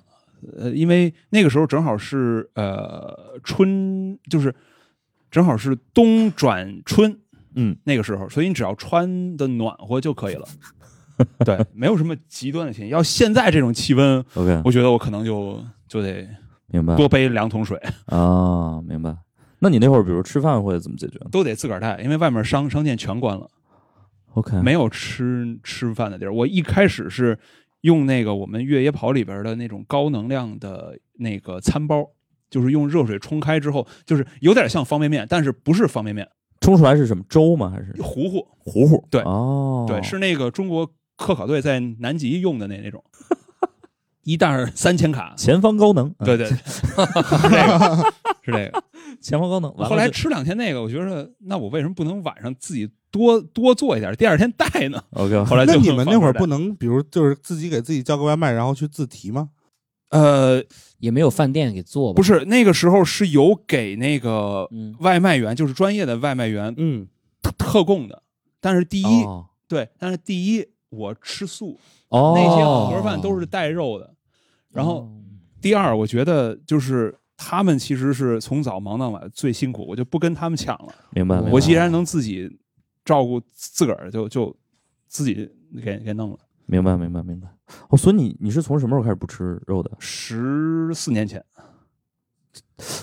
S3: 呃，因为那个时候正好是呃春，就是正好是冬转春
S1: 嗯，
S3: 那个时候，所以你只要穿的暖和就可以了。对，没有什么极端的天气。要现在这种气温，
S1: ，OK，
S3: 我觉得我可能就就得
S1: 明白
S3: 多背两桶水，
S1: 啊，明白。那你那会儿，比如吃饭会怎么解决呢
S3: 都得自个儿带，因为外面商商店全关了。
S1: ？OK，
S3: 没有吃吃饭的地儿。我一开始是用那个我们越野跑里边的那种高能量的那个餐包，就是用热水冲开之后，就是有点像方便面，但是不是方便面，
S1: 冲出来是什么粥吗？还是
S3: 糊糊，
S1: 糊糊？
S3: 对
S1: 哦，
S3: 对，是那个中国科考队在南极用的那那种，一袋儿三千卡，
S1: 前方高能，嗯
S3: 对对，对是这个，是这个。
S1: 前方高能。完了
S3: 后来
S1: 就
S3: 吃两天那个，我觉得那我为什么不能晚上自己多多做一点，第二天带呢？
S1: OK，
S3: 后来就
S2: 那你们那会儿
S3: 放这
S2: 不能，比如就是自己给自己叫个外卖，然后去自提
S3: [LAUGHS]
S2: 吗？
S3: 呃，
S4: 也没有饭店给做吧？
S3: 不，是那个时候是有给那个
S4: 嗯，
S3: 外卖员，就是专业的外卖员
S2: 嗯，
S3: 特特供的。但是第一，
S1: 哦，
S3: 对，但是第一，我吃素，
S1: 哦
S3: 那些盒饭
S4: 嗯
S3: 都是带肉的。然后
S4: 哦
S3: 第二，我觉得就是他们其实是从早忙到晚最辛苦，我就不跟他们抢了。
S1: 明白。
S4: 我
S1: 明白
S3: 我既然能自己照顾自个儿，就就自己给给弄了。
S1: 明白，明白，明白。哦，所以你你是从什么时候开始不吃肉的？
S3: 十四年前，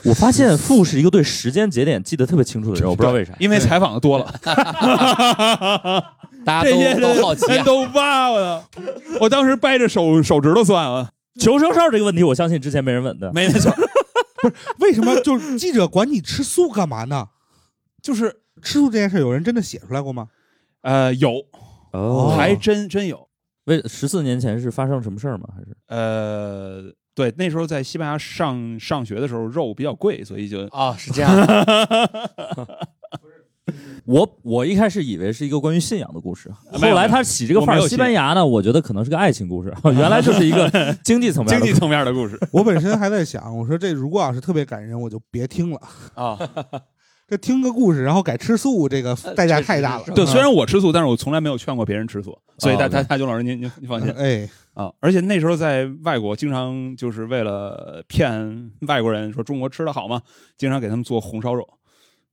S1: 我发
S3: [LAUGHS]
S1: 现富是一个对时间节点记得特别清楚的人，我不知道为啥。
S3: 因为采访的多了，[LAUGHS]
S4: 大家
S3: 这些
S4: 都都好奇
S3: 人
S4: 啊，
S3: 都挖我的，我当时掰着手手指头算啊，
S1: 求生哨这个问题，我相信之前没人问的。
S3: [LAUGHS] 没没错，
S2: 为什么就是记者管你吃素干嘛呢？
S3: 就是
S2: 吃素这件事，有人真的写出来过吗？
S3: [LAUGHS] 呃有，
S1: 哦
S3: 还真真有。
S1: 为十四年前是发生什么事儿吗？还是
S3: 呃，对，那时候在西班牙上上学的时候，肉比较贵，所以就
S4: 哦，是这样的，
S1: 我我一开始以为是一个关于信仰的故事，
S3: 啊没
S1: 后
S3: 有
S1: 来他起这个
S3: 我
S1: 范
S3: 没
S1: 儿，
S3: 有
S1: 西班牙呢，我觉得可能是个爱情故事， [LAUGHS] 原来就是一个
S3: [LAUGHS]
S1: 经济层面
S3: 经
S1: 的
S3: 济层面的故事
S2: 我本身还在想，我说这如果要是特别感人，我就别听了。
S3: 啊。
S2: 这听个故事，然后改吃素，这个代价太大了。嗯
S3: 对，虽然我吃素，但是我从来没有劝过别人吃素，所以大
S1: 哦
S3: 大大军老师，您您您放心
S2: 哎，
S3: 啊。而且那时候在外国，经常就是为了骗外国人说中国吃的好嘛，经常给他们做红烧肉，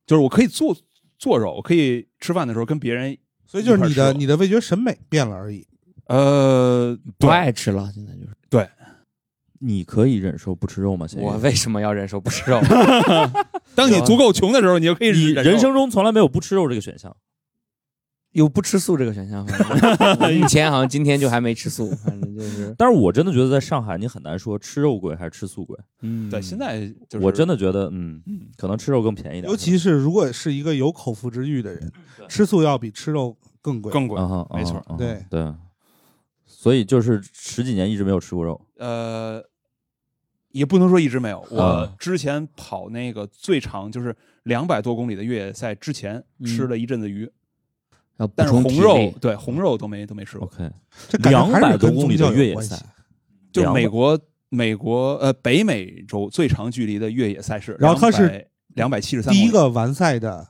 S3: 就是我可以做做肉，我可以吃饭的时候跟别人
S2: 所以就是你
S3: 一块儿
S2: 的
S3: 吃
S2: 你的味觉审美变了而已。
S3: 呃
S4: 不
S3: 对
S4: 爱吃了，现在就是。
S1: 你可以忍受不吃肉吗？现在
S4: 我为什么要忍受不吃肉？
S3: 当你足够穷的时候，你就可以
S1: 你
S3: 忍受
S1: 人生中从来没有不吃肉这个选项。
S4: 有不吃素这个选项吗？我 [LAUGHS] 以前好像今天就还没吃素，反正
S1: [LAUGHS]
S4: 就是，
S1: 但是我真的觉得在上海，你很难说吃肉贵还是吃素贵。
S4: 嗯，
S3: 对，现在就是
S1: 我真的觉得，嗯，可能吃肉更便宜点，
S2: 尤其是如果是一个有口腹之欲的人，吃素要比吃肉更贵。
S3: 嗯更贵
S1: 啊。哈，
S3: 没错
S1: 啊哈
S2: 对
S1: 对。所以就是十几年一直没有吃过肉，
S3: 呃，也不能说一直没有。我
S1: 啊
S3: 之前跑那个最长就是两百多公里的越野赛之前
S4: 嗯
S3: 吃了一阵子鱼，
S4: 要补
S3: 但是
S4: 充
S3: 红
S4: 体
S3: 肉 [LAUGHS]
S4: 力
S3: 对红肉都没都没吃过。
S1: OK，
S2: 这感觉还
S1: 200
S2: 是
S1: 多
S2: 跟
S1: 公里
S2: 宗
S1: 的
S2: 教
S1: 越
S2: 有
S1: 野
S2: 关系
S1: 赛。
S3: 就
S1: 200
S3: 美国美国呃北美洲最长距离的越野赛事，
S2: 然后它是
S3: 两百七十三
S2: 第一个完赛的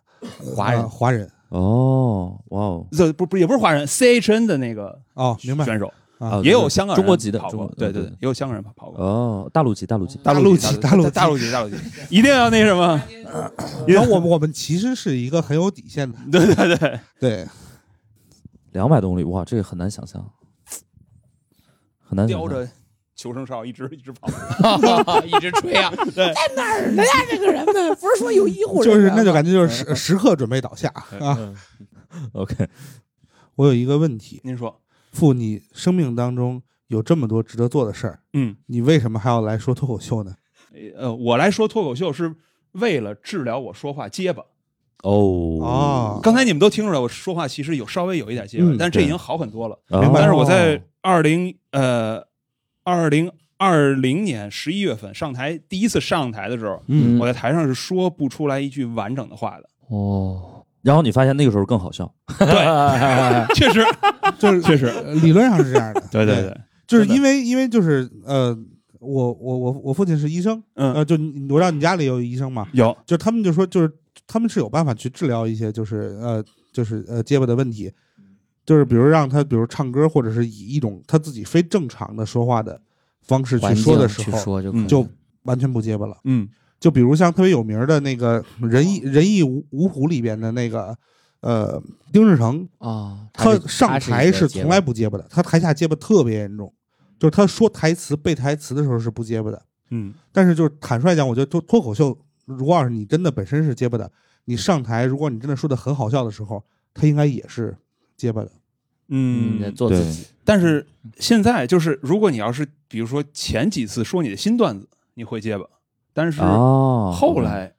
S4: 华人
S2: 呃华人
S1: 哦，哇哦，
S3: 这不不也不是华人，CHN 的那个
S2: 哦，明白
S3: 选手
S1: 啊
S3: 也有
S1: 对
S3: 香港人
S1: 中国籍的，
S3: 跑
S1: 中
S3: 过
S1: 国，
S3: 对对
S1: 对
S3: 对，也，有香港人跑过。
S1: 哦，大陆籍，大陆籍，
S2: 大陆
S3: 籍
S2: 籍，大陆籍
S3: 大陆籍，大陆籍，一定要那什么？
S2: 然后我们我们其实是一个很有底线
S3: [LAUGHS]
S2: 的，
S3: 对对对，
S2: 对，
S1: 两百多公里，哇，这个很难想象，很难想象
S3: 叼着求生哨一直一直跑。
S4: [LAUGHS] 一直吹啊，
S3: [LAUGHS] 对
S4: 在哪儿呢呀？这个人呢，不是说有医护
S2: 就是那就感觉就是时时刻准备倒下啊。
S1: ，OK，
S2: 我有一个问题，
S3: 您说，
S2: 父，你生命当中有这么多值得做的事儿，
S3: 嗯，
S2: 你为什么还要来说脱口秀呢？
S3: 呃，我来说脱口秀是为了治疗我说话结巴。
S1: 哦
S2: 哦，
S3: 刚才你们都听出来，我说话其实有稍微有一点结巴，
S2: 嗯
S3: 但是这
S1: 对
S3: 已经好很多了。
S1: 哦
S2: 明白
S3: 但是我在二零呃二零二零年十一月份上台第一次上台的时候，
S2: 嗯
S3: 我在台上是说不出来一句完整的话的。
S4: 哦，
S1: 然后你发现那个时候更好笑，
S3: 对，确实，
S2: 就是
S3: 确实，，
S2: 呃理论上是这样的
S3: 对对对，
S2: 就是
S3: 真的
S2: 因为因为就是呃，我我我我父亲是医生，
S3: 嗯，
S2: 呃，就你我知道你家里有医生嘛，
S3: 有，
S2: 就他们就说，就是他们是有办法去治疗一些，就是呃，就是呃结巴的问题，就是比如让他，比如唱歌，或者是以一种他自己非正常的说话的方式去
S4: 环
S2: 说
S4: 境
S2: 的时
S4: 去
S2: 候，嗯
S4: 说就可以
S2: 就完全不结巴了。
S3: 嗯
S2: 就比如像特别有名的那个仁义仁义五五虎里边的那个呃丁志诚，
S4: 啊，
S2: 他
S4: 是
S2: 上台是从来不结巴的，他台下结巴特别严重，就是他说台词背台词的时候是不结巴的。
S3: 嗯，
S2: 但是就是坦率讲，我觉得脱脱口秀，如果要是你真的本身是结巴的，你上台，如果你真的说的很好笑的时候，他应该也是结巴的。
S4: 嗯，得
S3: 嗯，
S4: 做自己，
S3: 但是现在就是，如果你要是比如说前几次说你的新段子，你会结巴，但是
S1: 哦，
S3: 后来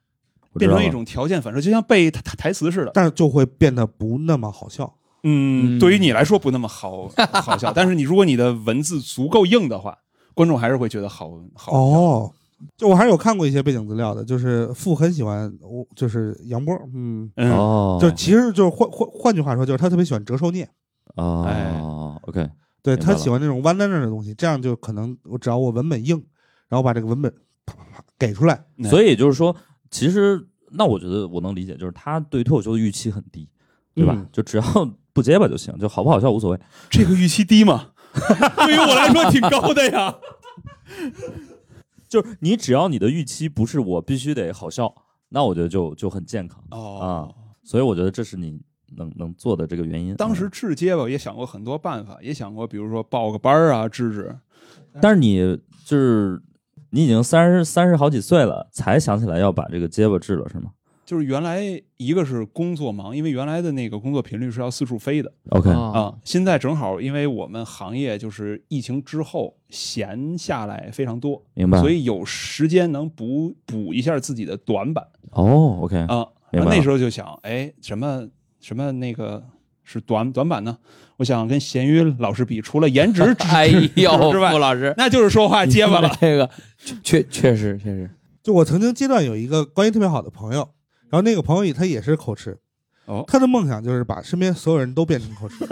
S1: 我知
S3: 变
S1: 道
S3: 成一
S1: 了
S3: 种条件反射，就像背台台词似的。
S2: 但是就会变得不那么好笑。
S3: 嗯，
S4: 嗯
S3: 对于你来说不那么好
S1: [LAUGHS]
S3: 好笑，但是你如果你的文字足够硬的话，观众还是会觉得好好。
S2: 哦，就我还是有看过一些背景资料的，就是父很喜欢我，就是杨波，嗯，
S3: 嗯，
S1: 哦，
S2: 就是其实就是换换换句话说，就是他特别喜欢折寿孽，
S3: 哎
S1: 哦，OK，
S2: 对
S1: 明白
S2: 他
S1: 了
S2: 喜欢那种弯弯的东西，这样就可能我只要我文本硬，然后把这个文本啪啪啪给出来，
S3: 对
S1: 所以就是说，其实那我觉得我能理解，就是他对脱口秀的预期很低，对吧？
S2: 嗯
S1: 就只要不结巴就行，就好不好笑无所谓。
S3: 这个预期低
S1: [LAUGHS]
S3: 吗？对于我来说挺高的呀。
S1: 就是你只要你的预期不是我必须得好笑，那我觉得就就很健康。
S3: 哦，
S1: 所以我觉得这是你能能做的这个原因。
S3: 当时治结巴也想过很多办法，也想过比如说报个班儿啊，治治。
S1: 嗯，但是你就是你已经三十三十好几岁了，才想起来要把这个结巴治了，是吗
S3: 就是原来一个是工作忙，因为原来的那个工作频率是要四处飞的
S1: ？OK，
S4: 哦
S3: 啊，现在正好因为我们行业就是疫情之后闲下来非常多，
S1: 明白。
S3: 所以有时间能补补一下自己的短板
S1: 哦，OK，
S3: 啊。
S1: 明白了
S3: 那时候就想，哎，什么什么那个是短短板呢？我想跟咸鱼老师比，除了
S1: [LAUGHS]
S3: 颜值之，
S4: 哎
S3: [LAUGHS]
S4: 呦，
S3: 之外
S4: 傅老师
S3: 那就是说话结巴了。
S4: [LAUGHS] 这个确确实确实
S2: 就我曾经阶段有一个关系特别好的朋友，然后那个朋友他也是口吃，
S3: 哦
S2: 他的梦想就是把身边所有人都变成口吃，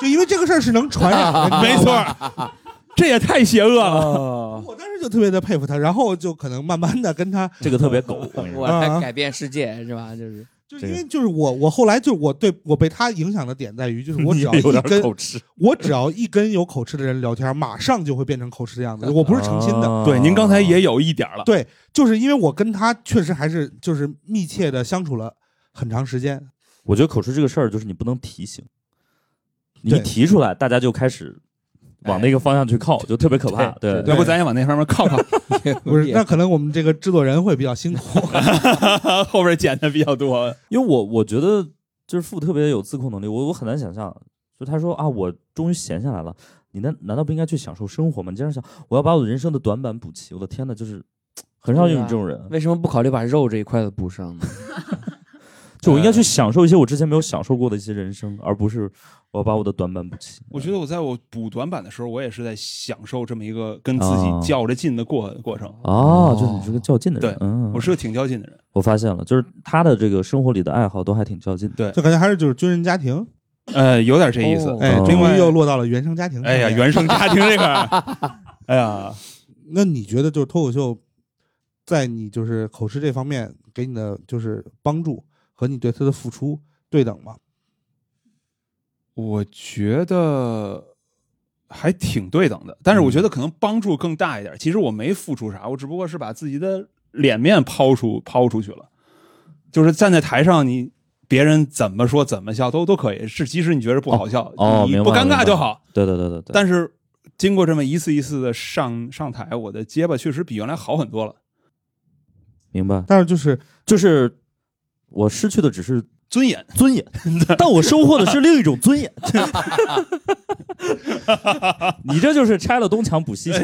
S2: 就因为这个事儿是能传染
S1: [LAUGHS]
S2: 的，
S3: 没错儿，这也太邪恶了。哦
S4: 啊，
S2: 我当时就特别的佩服他，然后就可能慢慢的跟他，
S1: 这个特别狗，我跟你说
S4: 我
S2: 嗯
S4: 来改变世界是吧？就是
S2: 就
S1: 这
S2: 因
S1: 个
S2: 为就是我我后来就我对我被他影响的点在于，就是我只
S1: [LAUGHS]
S2: 要
S1: 有
S2: 一
S1: 点
S2: 跟
S1: 口吃，
S2: 我只要一跟有口吃的人聊天，马上就会变成口吃的样子，我不是诚心的。
S1: 啊
S3: 对，您刚才也有一点儿了。
S2: 对，就是因为我跟他确实还是就是密切的相处了很长时
S4: [LAUGHS]
S2: 间，
S1: 我觉得口吃这个事儿，就是你不能提醒，你一
S2: 对
S1: 提出来，大家就开始往那个方向去靠，就特别可怕。对，
S3: 要不咱也往那方面靠靠，
S2: 不是？那可能我们这个制作人会比较辛
S4: [LAUGHS]
S2: 苦。
S3: [LAUGHS] 后边剪的比较多。
S1: 因为我我觉得就是父特别有自控能力，我我很难想象，就他说啊，我终于闲下来了，你难难道不应该去享受生活吗？你竟然想我要把我人生的短板补齐，我的天呐，就是很少有你这种人，
S4: 为什么不考虑把肉这一块子补上
S2: 嗯
S4: 呢？
S1: 就我应该去享受一些我之前没有享受过的一些人生，而不是我要把我的短板补齐。
S3: 我觉得我在我补短板的时候，我也是在享受这么一个跟自己较着劲的过过程。
S1: 哦，就是你是个较劲的人，
S3: 对
S1: 嗯，
S3: 我是个挺较劲的人，
S1: 我发现了，就是他的这个生活里的爱好都还挺较劲的。
S2: 就感觉还是就是军人家庭，
S3: 呃，有点这意思
S4: 哦。
S2: 哎，
S1: 哦
S2: 终
S3: 另外
S2: 于又落到了原生家庭上
S3: 哎
S2: 面。
S3: [LAUGHS] 呀，原生家庭这个， [LAUGHS] 哎呀，
S2: 那你觉得就是脱口秀，在你就是口吃这方面给你的就是帮助和你对他的付出对等吗？
S3: 我觉得还挺对等的，但是我觉得
S1: 嗯
S3: 可能帮助更大一点。其实我没付出啥，我只不过是把自己的脸面抛出抛出去了，就是站在台上你。别人怎么说怎么笑都都可以，是即使你觉得不好笑，
S1: 哦
S3: 你
S1: 明白
S3: 不尴
S1: 明白
S3: 尬就好。
S1: 对对对对对。
S3: 但是经过这么一次一次的上上台，我的结巴确实比原来好很多了。
S1: 明白，
S2: 但是就是
S1: 就是我失去的只是
S3: 尊严， [LAUGHS]
S1: 尊 [LAUGHS] 严，但我收获的是另一种尊严。 [LAUGHS] 你这就是拆了东墙补西墙。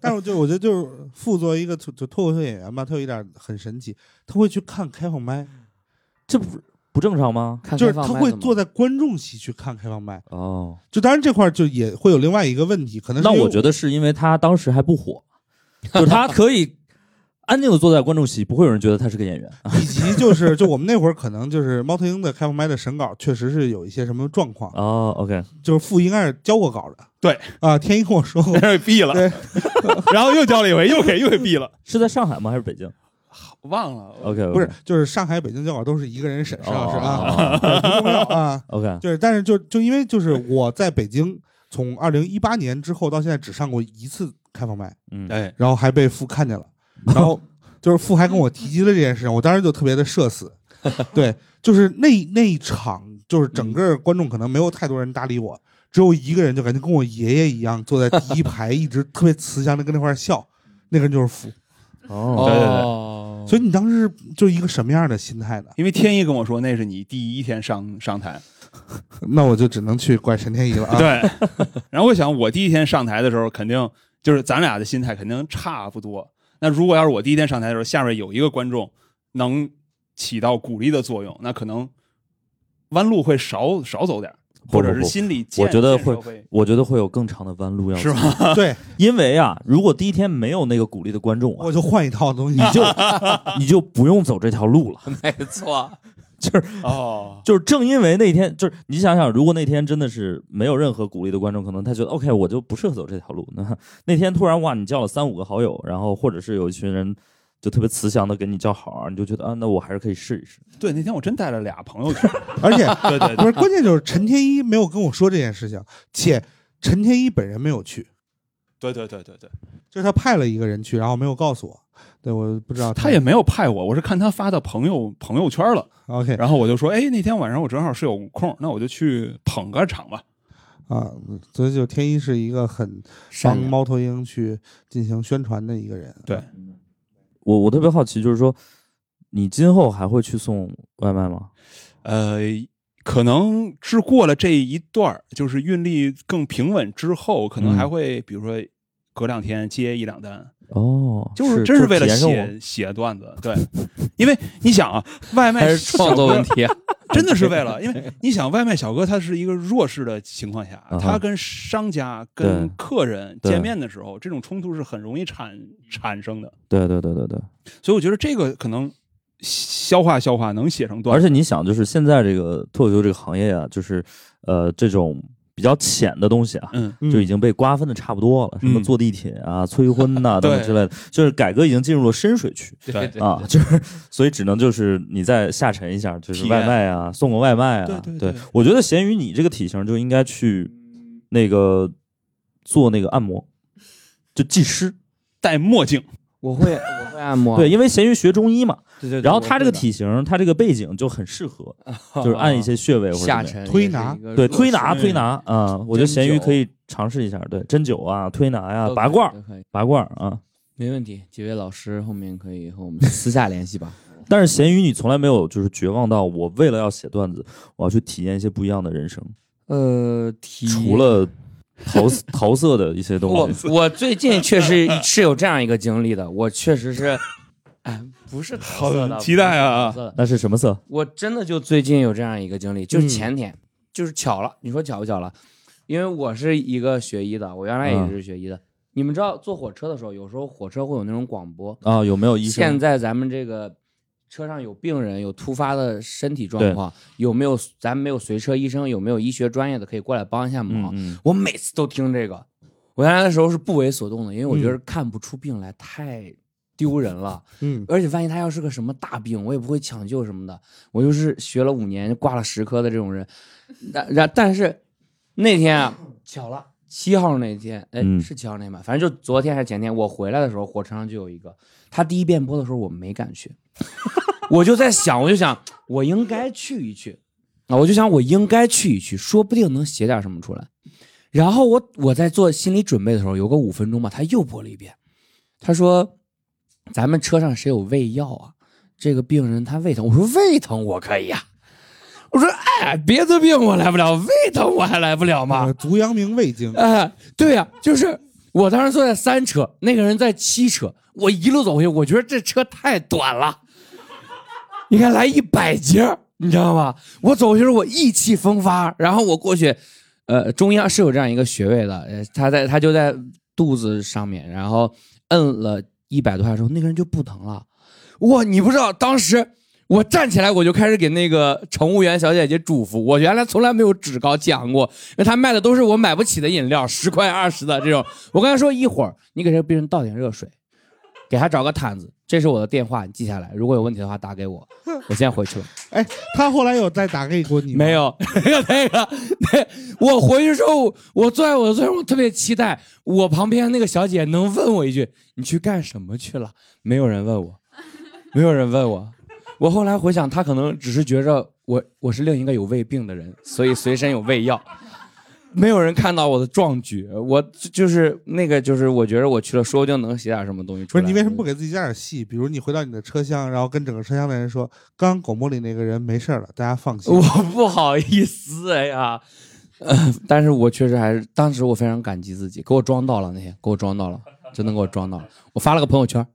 S2: 但是我就我觉得就是副作为一个就就脱口秀演员吧，他有一点很神奇，他会去看开放麦。
S1: [LAUGHS] 这不不正常吗？
S4: 看
S2: 就是
S4: 开放
S2: 他
S4: 麦
S2: 会
S4: 怎么
S2: 坐在观众席去看开放麦。
S1: 哦，
S2: 就当然这块儿就也会有另外一个问题，可能是
S1: 那
S2: 因为
S1: 我觉得是因为他当时还不火， [LAUGHS] 就是他可以安静的坐在观众席，不会有人觉得他是个演员。
S2: 以及就是 [LAUGHS] 就我们那会儿可能就是猫头鹰的开放麦的审稿确实是有一些什么状况，
S1: 哦，OK，
S2: 就是傅应该是交过稿的。
S3: 对，
S2: 啊，天一跟我
S1: [LAUGHS]
S2: 说过
S3: 给毙了
S2: 对，
S3: [LAUGHS] 然后又交了一回，又给又给毙了，
S1: 是在上海吗？还是北京
S3: 忘了。
S1: ？OK，
S2: 不是就是上海、北京交稿都是一个人审，石老师 [LAUGHS] 啊，
S1: 啊
S2: 不重要啊。
S1: ，OK，
S2: 就是但是就就因为就是我在北京从二零一八年之后到现在只上过一次开放麦，
S1: 嗯，
S3: 哎，
S2: 然后还被傅看见了，然 [LAUGHS] 后就是傅还跟我提及了这件事情，我当时就特别的社死。对，就是那那一场，就是整个观众可能没有太多人搭理我，只有一个人就感觉跟我爷爷一样坐在第一 [LAUGHS] 排，一直特别慈祥的跟那块儿笑，那个人就是傅。
S1: 哦，
S3: 对对对
S4: 哦，
S2: 所以你当时就一个什么样的心态呢？
S3: 因为天一跟我说那是你第一天上上台，
S2: [LAUGHS] 那我就只能去怪沈天一了啊。
S3: 对。 [LAUGHS] 然后我想，我第一天上台的时候，肯定就是咱俩的心态肯定差不多。那如果要是我第一天上台的时候，下面有一个观众能起到鼓励的作用，那可能弯路会少少走点儿，
S1: 不
S3: 或
S1: 不
S3: 者是
S1: 不
S3: 心理建
S1: 我觉得
S3: 建设
S1: 会我觉得会有更长的弯路要走
S3: 是，
S2: [LAUGHS]
S3: 吗？
S2: 对，
S1: 因为啊，如果第一天没有那个鼓励的观众啊，
S2: 我就换一套东西
S1: 你。
S3: [LAUGHS]
S1: 就你就不用走这条路了。
S4: 没错，
S3: 哦，
S1: 就是正因为那天，就是你想想，如果那天真的是没有任何鼓励的观众，可能他觉得 OK，我就不适合走这条路。那那天突然哇，你叫了三五个好友，然后或者是有一群人就特别慈祥的给你叫好，你就觉得啊，那我还是可以试一试。
S3: 对，那天我真带了俩朋友去，
S2: 而且
S3: 对对
S2: 不是，关键就是陈天一没有跟我说这件事情，且陈天一本人没有去，
S3: 对对对对对，
S2: 就是他派了一个人去，然后没有告诉我。对，我不知道
S3: [LAUGHS] 他也没有派我，我是看他发到朋友朋友圈了，
S2: OK
S3: 然后我就说，哎，那天晚上我正好是有空，那我就去捧个场吧。
S2: 啊，所以就天一是一个很帮
S4: 善良
S2: 猫头鹰去进行宣传的一个人。
S3: 对
S1: 我我特别好奇，就是说你今后还会去送外卖吗？
S3: 呃，可能是过了这一段儿，就是运力更平稳之后，可能
S1: 嗯
S3: 还会比如说隔两天接一两单，
S1: 哦，
S3: 就是
S1: 是
S3: 真为了
S1: 体验生
S3: 写写段子，对， [LAUGHS] 因为你想啊，外卖
S4: 还是
S3: 小
S4: 创作
S3: 哥
S4: 问题啊？
S3: [LAUGHS] 真的是为了，因为你想，外卖小哥他是一个弱势的情况下
S1: 啊哈，
S3: 他跟商家、
S1: 对
S3: 跟客人
S1: 对
S3: 见面的时候，这种冲突是很容易产产生的。
S1: 对对对对对。
S3: 所以我觉得这个可能消化消化能写成段
S1: 而
S3: 子。
S1: 且你想，就是现在这个脱口秀这个行业啊，就是呃这种比较浅的东西啊，
S3: 嗯，
S2: 嗯
S1: 就已经被瓜分的差不多了，什么
S3: 嗯
S1: 坐地铁啊、催婚
S4: [LAUGHS]
S1: 呐、等等
S3: 对
S1: 之类的，就是改革已经进入了深水区
S3: 对
S4: [LAUGHS] 对
S1: 啊，就是所以只能就是你再下沉一下，就是
S3: 体验
S1: 外卖啊，送个外卖啊，
S3: 对对对
S1: 我觉得咸鱼你这个体型就应该去那个做那个按摩，就技师，
S3: 戴墨镜，
S4: 我会我会按摩，
S1: 对，因为咸鱼学中医嘛，
S4: 对对对
S1: 然后
S4: 我
S1: 他这
S4: 会
S1: 个
S4: 的
S1: 体型，他这个背景就很适合，就是
S4: [LAUGHS]
S1: 按一些穴位或者
S4: 哦下
S1: 怎么样
S4: 沉
S2: 推
S4: 也是
S2: 拿
S4: 一个
S1: 对
S4: 热嗯
S1: 推
S4: 身
S1: 拿推拿啊，我觉得咸鱼可以尝试一下，对针灸啊、推拿呀、
S4: 都
S1: 拔
S4: 可以
S1: 罐儿
S4: 都可以
S1: 拔罐儿啊。
S4: 没问题。几位老师后面可以和我们私下联系吧。
S1: 但是咸鱼，你从来没有就是绝望到我为了要写段子，我要去体验一些不一样的人生，
S4: [LAUGHS] 呃，体
S1: 除了桃
S4: [LAUGHS]
S1: 桃色的一些
S4: 我
S1: 东西。
S4: 我最近确实 [LAUGHS] 是有这样一个经历的，我确实是，哎，不是桃色的，
S3: 好期待啊
S4: 不是桃色的！
S1: 那是什么色？
S4: 我真的就最近有这样一个经历，就是
S2: 嗯
S4: 前天，就是巧了，你说巧不巧了？因为我是一个学医的，我原来
S1: 嗯
S4: 也是学医的。你们知道坐火车的时候，有时候火车会有那种广播，
S1: 啊，有没有医
S4: 现
S1: 生？
S4: 在咱们这个车上有病人，有突发的身体状况，有没有咱没有随车医生，有没有医学专业的可以过来帮一下
S1: 嗯
S4: 忙？
S1: 嗯，
S4: 我每次都听这个，我原来的时候是不为所动的，因为
S1: 嗯
S4: 我觉得看不出病来太丢人了，
S2: 嗯，
S4: 而且万一他要是个什么大病，我也不会抢救什么的。我就是学了五年挂了十科的这种 [LAUGHS] 人，但然但是那天啊，巧了。七号那天，哎，
S1: 嗯
S4: 是七号那天吧？反正就昨天还是前天，我回来的时候，火车上就有一个。他第一遍播的时候，我没敢 [LAUGHS] 去，我就在想，我就想，我应该去一去啊！我就想，我应该去一去，说不定能写点什么出来。然后我我在做心理准备的时候，有个五分钟吧，他又播了一遍，他说：“咱们车上谁有胃药啊？这个病人他胃疼。”我说：“胃疼我可以呀、啊我说：“哎，别的病我来不了，胃疼我还来不了吗？”
S2: 呃足阳明胃
S4: [LAUGHS]
S2: 经，
S4: 哎、对呀、就是我当时坐在三车，那个人在七车，我一路走回去，我觉得这车太短了。你看来一百节儿，你知道吗？我走的时候我意气风发，然后我过去，呃，中央是有这样一个穴位的，呃，他在他就在肚子上面，然后摁了一百多下之后，那个人就不疼了。哇，你不知道，当时我站起来我就开始给那个乘务员小姐姐祝福。我原来从来没有趾高气昂过，因为他卖的都是我买不起的饮料，十块二十的这种。我跟他说，一会儿你给这个病人倒点热水，给他找个毯子。这是我的电话，你记下来。如果有问题的话，打给我。我现在回去了。
S2: 哎，他后来有再打给过你吗？
S4: 没有， [LAUGHS] 那个那个，那我回去之后，我坐在我的座位上，我特别期待我旁边那个小姐能问我一句：“你去干什么去了？”没有人问我，没有人问我。我后来回想，她可能只是觉着我我是另一个有胃病的人，所以随身有胃药。没有人看到我的壮举，我就就是那个，就是我觉着我去了，说不定能写点什么东西
S2: 不
S4: 出来。
S2: 是你为什么不给自己加点戏？比如你回到你的车厢，然后跟整个车厢的人说，刚刚广播里那个人没事儿了，大家放心。
S4: [LAUGHS] 我不好意思，哎呀，呃， [LAUGHS] 但是我确实还是，当时我非常感激自己，给我装到了那天，给我装到了，真的给我装到了。我发了个朋友 [LAUGHS] 圈，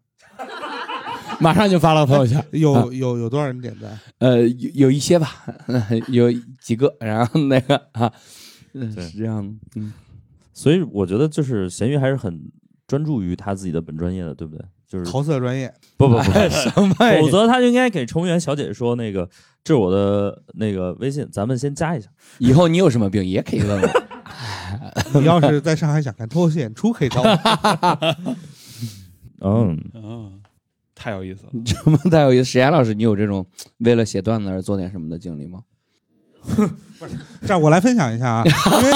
S4: 马上就发了个朋友圈，啊
S2: 有有有多少人点赞？
S4: [LAUGHS] 呃，有有一些吧， [LAUGHS] 有几个，然后那个啊，嗯
S1: 对
S4: 是这样的， [LAUGHS] 嗯，
S1: 所以我觉得就是咸鱼还是很专注于他自己的本专业的，对不对？就是
S2: 桃色专业，
S1: 不不不，
S4: 什么呀
S1: 否则他就应该给乘务员小姐说那个，这是我的那个微信，咱们先加一下。
S4: [LAUGHS] 以后你有什么病也可以问我。 [LAUGHS]
S2: 你要是在上海想看脱口秀演出，可以找我。
S1: 嗯，
S3: 嗯，太有意思了。
S4: 这么太有意思，史岩老师，你有这种为了写段子而做点什么的经历吗？
S2: 这样我来分享一下啊，因为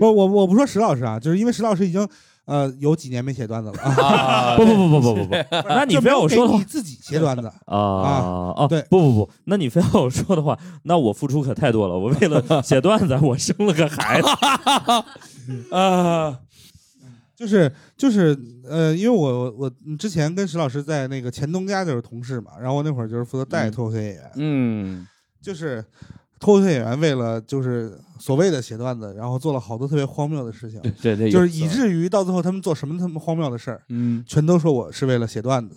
S2: 我我我不说石老师啊，就是因为石老师已经呃有几年没写段子了啊。
S1: 不不不不不不不，那你
S2: 就
S1: 非
S2: 没
S1: 要
S2: 有
S1: 我
S2: 给
S1: 说的话
S2: 你自己写段子，
S1: 啊啊
S2: 对
S1: 不不不，那你非要我说的话，那我付出可太多了。我为了写段子，我生了个孩子。
S4: 啊，
S2: 就是就是呃，因为我我我之前跟石老师在那个前东家就是同事嘛，然后我那会儿就是负责带
S4: 嗯
S2: 脱口秀演员，
S4: 嗯，
S2: 就是脱口秀演员为了就是所谓的写段子，然后做了好多特别荒谬的事情，
S4: 对对，
S2: 就
S4: 有
S2: 是以至于到最后他们做什么他们荒谬的事儿，
S4: 嗯
S2: 全都说我是为了写段
S4: [LAUGHS]
S2: 子。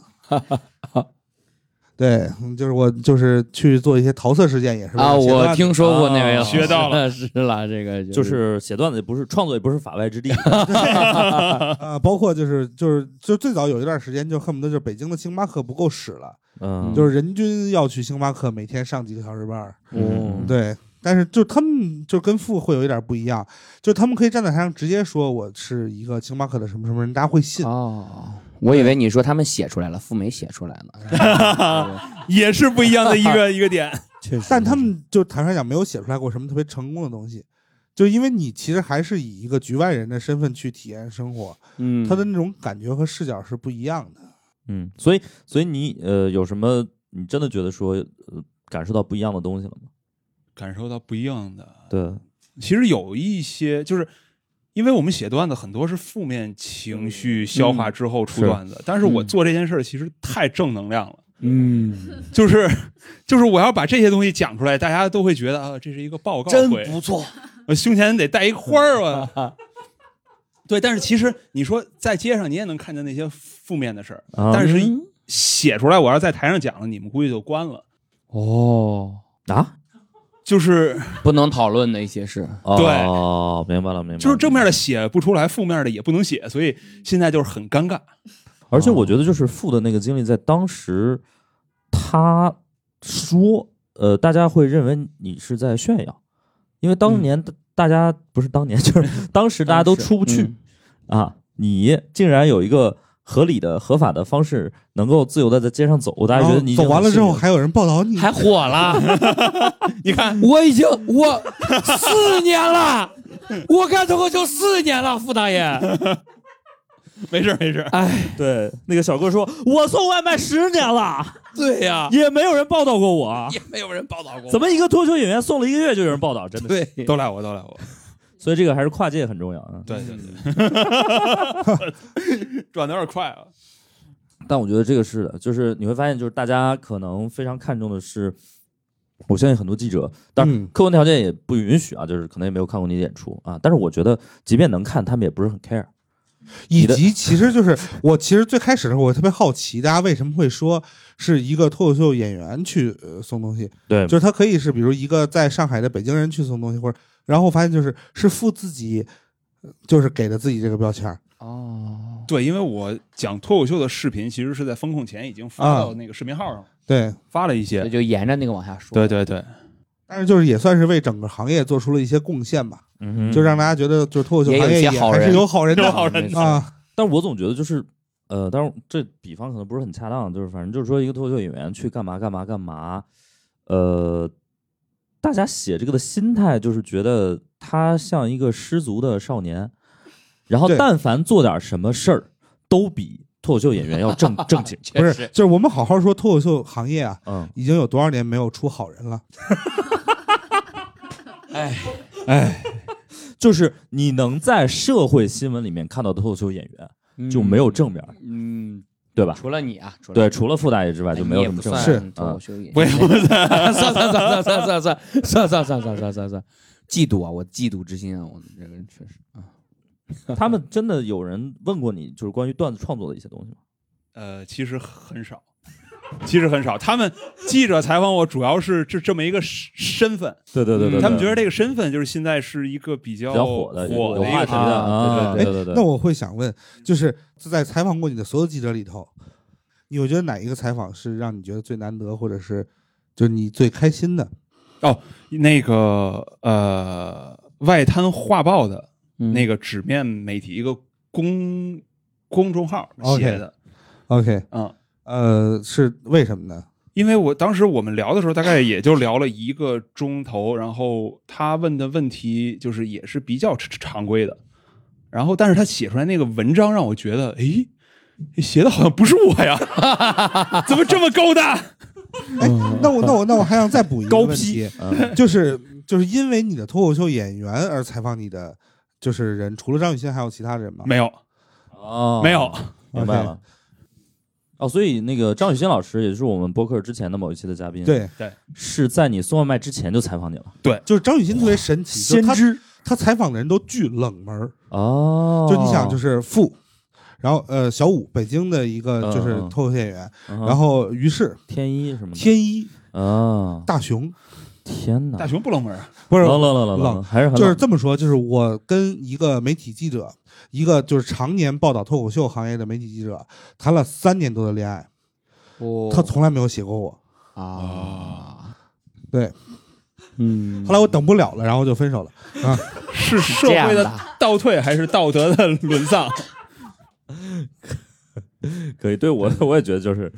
S2: 对，嗯就是我就是去做一些桃色事件也是为
S4: 啊，
S2: 了写段
S4: 我
S2: 子
S4: 听说过那位
S1: 啊
S4: 老师， [LAUGHS]
S3: 学到了
S4: 是啦，这个
S1: 就是写段子也不是创作，也不是法外之地。
S2: 啊，包括就是就是就最早有一段时间就恨不得就是北京的星巴克不够使了，
S1: 嗯，
S2: 就是人均要去星巴克每天上几个小时班儿。
S1: 嗯
S2: 对，但是就他们就跟富会有一点不一样，就他们可以站在台上直接说我是一个星巴克的什么什么人，大家会信。
S4: 哦，我以为你说他们写出来了，父没写出来
S2: 哎
S4: 呢。
S3: 也是不一样的一 [LAUGHS] 个一个点。
S1: 确实
S2: 但他们就坦率讲，没有写出来过什么特别成功的东西，就因为你其实还是以一个局外人的身份去体验生活，
S4: [LAUGHS] 嗯，
S2: 他的那种感觉和视角是不一样的。
S1: 嗯，所以所以你呃有什么你真的觉得说呃感受到不一样的东西了吗？
S3: 感受到不一样的。
S1: 对，
S3: 其实有一些就是。因为我们写段子很多是负面情绪消化之后出
S1: 是
S3: 段子，但是我
S4: 嗯
S3: 做这件事儿其实太正能量了， [LAUGHS]
S4: 嗯，
S3: 就是就是我要把这些东西讲出来，大家都会觉得啊，这是一个报告
S4: 真
S3: 会，
S4: 不错。
S3: 我胸前得带一花儿啊吧。 [LAUGHS] 对，但是其实你说在街上你也能看见那些负面的事儿，
S1: 啊
S3: 但是
S4: 嗯
S3: 写出来我要在台上讲了，你们估计就关了。
S4: 哦，
S1: 啊，
S3: 就是
S4: 不能讨论的一些事，
S3: 对
S1: 哦，明白了，明白了。
S3: 就是正面的写不出来，负面的也不能写，所以现在就是很尴尬。
S1: 而且我觉得就是富的那个经历，在当时他说，呃，大家会认为你是在炫耀，因为当年大大家、不是当年， [LAUGHS] 就是当时大家都出不去、
S4: 嗯
S1: 啊，你竟然有一个合理的、合法的方式，能够自由的在街上走，大家觉得你已经
S2: 然后走完了之后
S1: 很幸运
S2: 还有人报道你，
S4: 还火了。 [LAUGHS]
S3: 你看，
S4: 我已经我四年了， [LAUGHS] 我干脱口秀四年了，傅大爷。
S3: 没事儿没事儿，
S4: 哎，
S1: 对那个小哥说，我送外卖十年 [LAUGHS] 了，
S4: 对呀，
S1: 也没有人报道过 [LAUGHS] 我。啊
S4: 也没有人
S1: [LAUGHS]
S4: 报道过
S1: 怎么一个脱口秀演员送了一个月就有人报道？真的是，
S4: 对，
S3: 都赖我都赖我。
S1: 所以这个还是跨界很重要啊。
S3: 对对对， [LAUGHS] 转的有点快啊。
S1: 但我觉得这个是的，就是你会发现，就是大家可能非常看重的是，我相信很多记者，当然
S2: 嗯
S1: 客观条件也不允许啊，就是可能也没有看过你的演出啊。但是我觉得，即便能看，他们也不是很 care，
S2: 以
S1: 你的
S2: 及其实就是我其实最开始的时候，我特别好奇，大家为什么会说是一个脱口秀演员去、呃、送东西？
S1: 对
S2: 就是他可以是比如一个在上海的北京人去送东西，或者然后我发现就是是付自己，呃就是给了自己这个标签儿
S4: 哦，
S3: 对，因为我讲脱口秀的视频，其实是在风控前已经发
S2: 啊
S3: 到那个视频号上了，
S2: 对，
S3: 发了一
S4: 那
S3: 些。
S4: 就沿着那个往下说。
S3: 对对对，
S2: 但是就是也算是为整个行业做出了一些贡献吧，
S1: 嗯哼
S2: 就让大家觉得就是脱口秀
S4: 也有
S2: 行业
S4: 一些
S2: 也
S4: 好
S2: 还是
S4: 人
S2: 有好人的
S3: 有好人
S4: 没错
S2: 啊，
S1: 但我总觉得就是，呃，当然这比方可能不是很恰当，就是反正就是说一个脱口秀演员去干嘛干嘛干嘛，呃，大家写这个的心态就是觉得他像一个失足的少年，然后
S2: 对
S1: 但凡做点什么事儿，都比脱口秀演员要
S4: [LAUGHS]
S1: 正正经。
S2: 不是，就是我们好好说脱口秀行业啊，
S1: 嗯，
S2: 已经有多少年没有出好人了？
S1: 就是你能在社会新闻里面看到的脱口秀演员
S4: 嗯
S1: 就没有正面，
S4: 嗯，
S1: 对吧？
S4: 除了你啊，除了
S1: 对，
S4: 你
S1: 除了傅大爷之外
S4: 哎
S1: 啊就
S4: 你
S1: 没有
S4: 也
S1: 什么
S4: 不
S1: 正啊
S4: 算
S1: 面。
S2: 是
S4: 脱口秀演员。
S3: 我也不
S4: [LAUGHS] 算，算算算算算算算算算算算算算算，嫉妒啊！我嫉妒之心啊！我这个人确实啊，
S1: 他们真的有人问过你，就是关于段子创作的一些东西吗？
S3: 呃，其实很少，其实很少。他们记者采访我，主要是这这么一个身身份，
S1: 对对对对，
S3: 他们
S1: 对
S3: 觉得这个身份就是现在是一个比较
S1: 比较火的
S3: 火
S1: 有
S3: 的一
S1: 话
S3: 个
S1: 题
S3: 身
S1: 的
S3: 份。
S1: 啊，
S2: 哎
S1: 对对对。
S2: 那我会想问，就是在采访过你的所有记者里头，你有觉得哪一个采访是让你觉得最难得，或者是就是你最开心的？
S3: 哦那个呃，外滩画报的那
S1: 嗯
S4: 个
S3: 个纸面媒体一个公公众号
S2: OK
S3: 写的，
S2: OK，
S3: 嗯，
S2: 呃，是为什么呢？
S3: 因为我当时我们聊的时候，大概也就聊了一个钟头，然后他问的问题就是也是比较常常规的，然后但是他写出来那个文章让我觉得，诶，写的好像不是我呀，怎么这么高大？
S2: 哎，那我那我那我还想再补一个问题，
S1: 嗯
S2: [LAUGHS] 就是就是因为你的脱口秀演员而采访你的就是人，除了张雨欣还有其他人吗？
S3: 没有，
S1: 哦
S3: 没有，
S1: 明白了。哦，所以那个张雨欣老师，也就是我们播客之前的某一期的嘉宾，，
S2: 对，
S1: 是在你送外卖之前就采访你了，
S2: 就是张雨欣特别神奇，就是他
S1: 知
S2: 他采访的人都巨冷门儿，
S1: 哦，，
S2: 就你想就是是傅，然后呃小五，北京的一个就是
S1: 嗯嗯嗯
S2: 脱口秀演员，然
S1: 然
S2: 后于是
S1: 天一什么的，
S2: 天一
S1: 啊，
S2: 大熊
S1: 天哪，
S3: 大熊不冷门啊，
S2: 不是
S1: 冷冷冷冷
S2: 冷
S1: 还是很
S2: 就是这么说，就是我跟一个媒体记者，一个就是常年报道脱口秀行业的媒体记者，谈了三年多的恋爱，
S1: 哦
S2: 他从来没有写过我。
S4: 啊，
S2: 对，
S4: 嗯，
S2: 后来我等不了了，然后就分手了。
S3: 是社
S4: 这样
S3: 会
S4: 的
S3: 的倒退还是道德的沦丧？
S1: 可以，对我 [LAUGHS] 我也觉得就是，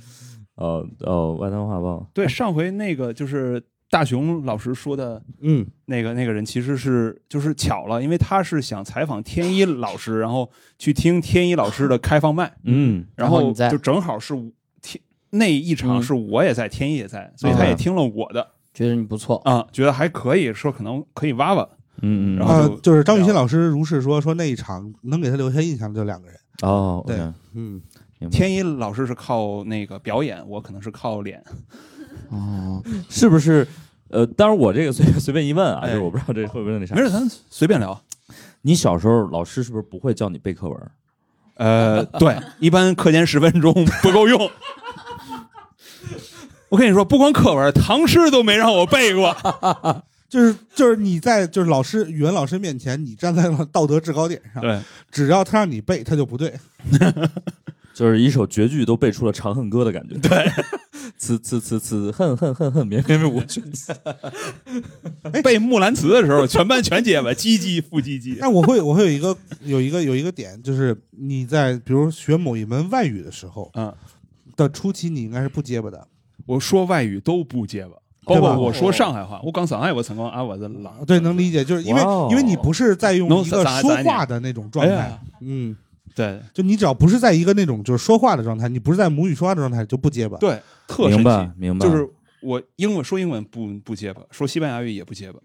S1: 呃呃，外滩画报，
S3: 对，上回那个就是大熊老师说的
S2: 嗯，
S3: 那个那个人，其实是就是巧了，因为他是想采访天一老师，然后去听天一老师的开放麦，
S1: 嗯，
S3: 然
S4: 然后
S3: 后
S4: 你在
S3: 就正好是我天那一场
S4: 嗯
S3: 是我也在，天一也在，所以他也听了我的
S4: 觉得你不错，
S3: 啊，觉得还可以，说可能可以挖挖。
S1: 嗯嗯，
S3: 然后
S2: 呃
S3: 就，
S2: 就是张雨欣老师如是说，说那一场能给他留下印象的就两个人。
S1: 哦，
S2: 对
S1: OK，
S2: 嗯，
S1: 明白
S3: 天一老师是靠那个表演，我可能是靠脸。
S4: 哦，
S1: 是不是？呃，当然我这个随 [LAUGHS] 随便一问啊，就
S3: 哎
S1: 是我不知道这会不会那啥
S3: 没，事，咱随便聊。
S1: 你小时候老师是不是不会叫你背课文？
S3: 呃，对，一般课间十分钟 [LAUGHS] 不够用。我跟你说，不光课文，唐诗都没让我背过。
S2: 就是就是你在就是老师语文老师面前，你站在了道德制高点上，
S3: 对，
S2: 只要他让你背，他就
S3: [LAUGHS]
S2: 不对。
S1: 就是一首绝句都背出了《长恨歌》的感觉。对， [LAUGHS] 此此此此恨恨恨恨绵绵无穷。
S3: 哎背《木兰辞》的时候，全班全结巴，唧唧复唧唧。
S2: 但我会我会有一个有一个有一个点，就是你在比如学某一门外语的时候
S3: 嗯，
S2: 的初期，你应该是不结巴的。
S3: 我说外语都不结巴，包
S2: 对吧
S3: 括我说上海话，我讲上海话辰光啊，我是老
S2: 对，能理解，就是因为、
S1: 哇哦
S2: 因为你不是在用
S3: 弄
S2: 一个
S3: 啥啥
S2: 说
S3: 啥
S2: 话的那种状
S3: 哎
S2: 态
S3: 呀，
S2: 嗯，
S3: 对
S2: 就你只要不是在一个那种就是说话的状态，你不是在母语说话的状态，就不结巴。
S3: 对，特神
S1: 明白
S3: 奇。，
S1: 明白。
S3: 就是我英文说英文不不结巴，说西班牙语也不结巴，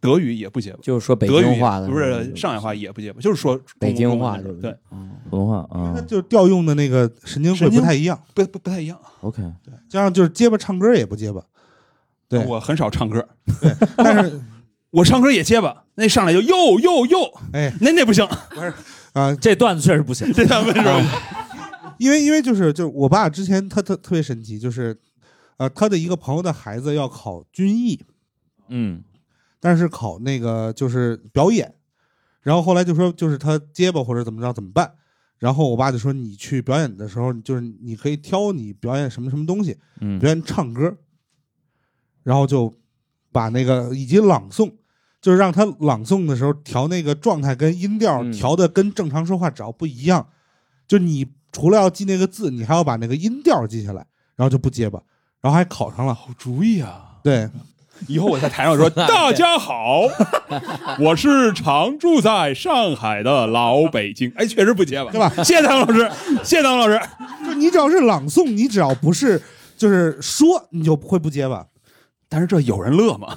S3: 德语也不结巴，
S4: 就是说北
S3: 德语
S4: 京
S3: 也
S4: 话的，
S3: 不是上海话也不结巴，就是说中
S4: 北京话
S3: 中
S4: 对
S3: 文
S4: 不
S3: 对，？
S4: 嗯
S1: 普通话
S2: 因为它
S1: 啊。
S2: 就调用的那个神经会
S3: 神
S2: 不
S3: 经
S2: 太一样，
S3: 不不不太一样。
S1: OK，
S2: 加上就是结巴唱歌也不
S3: [LAUGHS]
S2: 结巴，对
S3: 我很少唱歌，
S2: 但是
S3: 我唱歌也结巴，那上来就哟哟哟，
S2: 哎，
S3: 那那不行，
S2: 啊，
S1: 这段子确实不行。
S3: 这段为什么？
S2: 因为因为就是就是我爸之前他特特别神奇，就是呃他的一个朋友的孩子要考军艺，
S1: 嗯，
S2: 但是考那个就是表演，然后后来就说就是他结巴或者怎么着怎么办，然后我爸就说你去表演的时候，就是你可以挑你表演什么什么东西，
S1: 嗯
S2: 表演唱歌，然后就把那个以及朗诵。就是让他朗诵的时候调那个状态跟音调
S4: 嗯
S2: 调的跟正常说话只要不一样，就你除了要记那个字，你还要把那个音调记下来，然后就不结巴，然后还考上了。
S3: 好主意啊！
S2: 对，
S3: 以后我在台上说：“大家好，我是常住在上海的老北京。”哎，确实不结巴，
S2: 对吧？
S3: 谢谢唐老师，谢谢唐老师。
S2: 就你只要是朗诵，你只要不是就是说，你就不会不结巴。
S3: 但是这有人乐吗？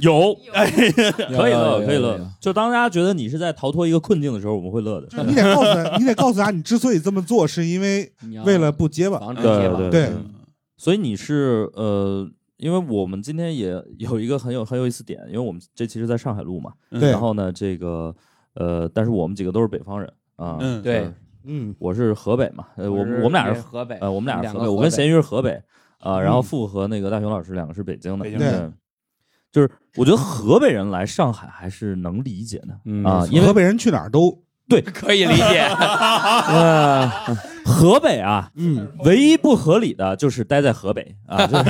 S1: 有
S3: 哎，
S1: [LAUGHS] 可以乐，可以
S4: 有有有
S1: 乐。就当大家觉得你是在逃脱一个困境的时候，我们会乐的。
S2: 你得告诉他，你得告诉他，你之所以这么做，是因为
S4: 你
S1: 哦
S4: 要
S2: 为了不结巴。
S4: 防止
S1: 对
S4: 结巴
S1: 嗯对
S2: 对
S1: 所以你是呃，因为我们今天也有一个很有很有意思点，因为我们这期是在上海录嘛，嗯
S2: 对
S1: 然后呢，这个呃，但是我们几个都是北方人啊，
S3: 嗯
S4: 对
S1: 呃
S2: 嗯，
S1: 我是河北嘛，呃，我
S4: 是
S1: 们我们俩是
S4: 因为河北，
S1: 呃，我们俩是
S4: 两
S1: 河
S4: 个
S1: 北，我
S4: 河
S1: 跟
S4: 北
S1: 咸鱼是河北啊，然后
S2: 嗯
S1: 富和那个大雄老师两个是北京的，
S3: 北京
S2: 对
S1: 对，就是我觉得河北人来上海还是能理解的
S4: 嗯
S1: 啊
S4: 没，
S1: 因为
S2: 河北人去哪儿都
S4: 可以理解， [LAUGHS]
S1: 呃，河北啊，
S2: 嗯，
S1: 唯一不合理的就是待在河北啊，就是
S4: [LAUGHS]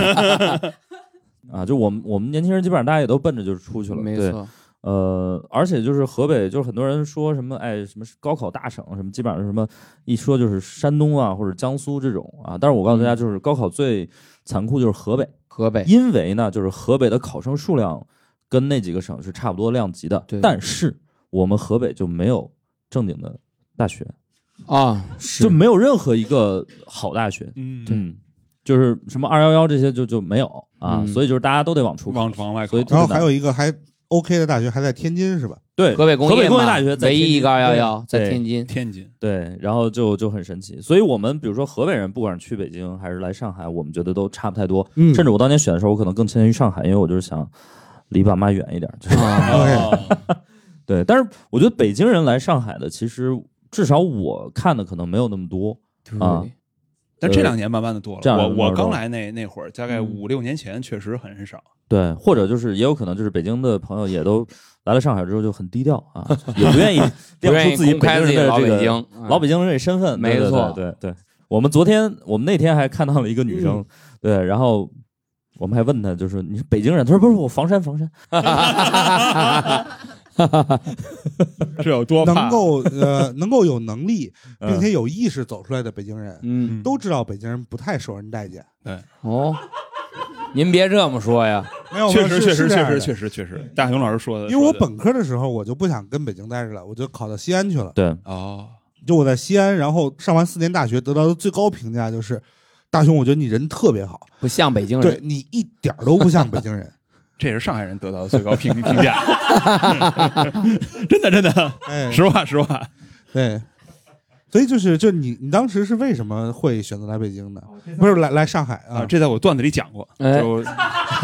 S1: 啊，就我们我们年轻人基本上大家也都奔着就是出去了，
S4: 没
S1: 对
S4: 错，
S1: 呃，而且就是河北，就是很多人说什么，哎，什么高考大省，什么基本上是什么，一说就是山东啊或者江苏这种啊。但是我告诉
S4: 嗯
S1: 大家，就是高考最残酷就是河北，
S4: 河北
S1: 因为呢，就是河北的考生数量跟那几个省是差不多量级的
S4: 对，
S1: 但是我们河北就没有正经的大学，
S4: 啊，
S1: 就没有任何一个好大学，
S3: 嗯，
S1: 嗯，就是什么二幺幺这些就就没有啊，
S4: 嗯
S1: 所以就是大家都得往出考
S3: 往。往外
S1: 所以
S3: 考
S2: 然后还有一个还 OK 的大学还在天津是吧？
S1: 对，
S4: 河北工
S1: 河北
S4: 业
S1: 工业
S4: 嘛
S1: 大学在
S4: 唯
S1: 天
S4: 一一
S1: 津
S4: 个二幺幺在
S1: 对
S4: 天津，
S3: 天津，
S1: 对，然后就就很神奇，所以我们比如说河北人，不管是去北京还是来上海，我们觉得都差不太多。
S2: 嗯
S1: 甚至我当年选的时候，我可能更倾向于上海，因为我就是想离爸妈远一点。就是、
S4: 啊，
S3: 哦
S1: [LAUGHS] 对，但是我觉得北京人来上海的，其实至少我看的可能没有那么多。啊
S3: [LAUGHS] 但这两年慢慢的多
S1: 这
S3: 了。
S1: 样
S3: 我
S1: 慢慢
S3: 我
S1: 地
S3: 刚
S1: 多了
S3: 来那那会儿，大概
S1: 嗯
S3: 五六年前，确实很少。
S1: 对，或者就是也有可能就是北京的朋友也都来了上海之后就很低调啊， [LAUGHS] 也不愿意
S4: 不
S1: 亮
S4: 愿
S1: 出
S4: 意
S1: 自己
S4: 公
S1: 北
S4: 开
S1: 京
S4: 自己
S1: 人的
S4: [LAUGHS] 老
S1: 这
S4: 北
S1: 个
S4: 京，
S1: 老北京人这身份，对
S4: 没
S1: 对
S4: 错
S1: 对对对。我们昨天，我们那天还看到了一个女生，对，然后我们还问她，就是你是北京人？她说不是，我房山房山。
S3: 是有多怕
S2: 能够呃能够有能力
S1: 嗯
S2: 并且有意识走出来的北京人，
S4: 嗯，
S2: 都知道北京人不太受人待见。
S4: 哦，您别这么说呀，
S2: 没有，
S3: 确实，确实，确实，
S2: 实。
S3: 确实，确实，大熊老师说的，
S2: 因为我
S3: 说的
S2: 本科的时候，我就不想跟北京待着了，我就考到西安去了。
S1: 对，
S3: 哦，
S2: 就我在西安，然后上完四年大学，得到的最高评价就是，大雄，我觉得你人特别好，
S4: 不像北京
S2: 对
S4: 人，
S2: 你一点儿都不像北京
S3: [LAUGHS]
S2: 人。
S3: 这也是上海人得到的最高评评价，真的，真的，
S2: 哎，
S3: 实话，实话，啊
S2: 对，所以就是，就你，你当时是为什么会选择来北京呢？不是来来上海
S3: 啊，
S2: 啊？
S3: 这在我段子里讲过，
S4: 哎
S3: 就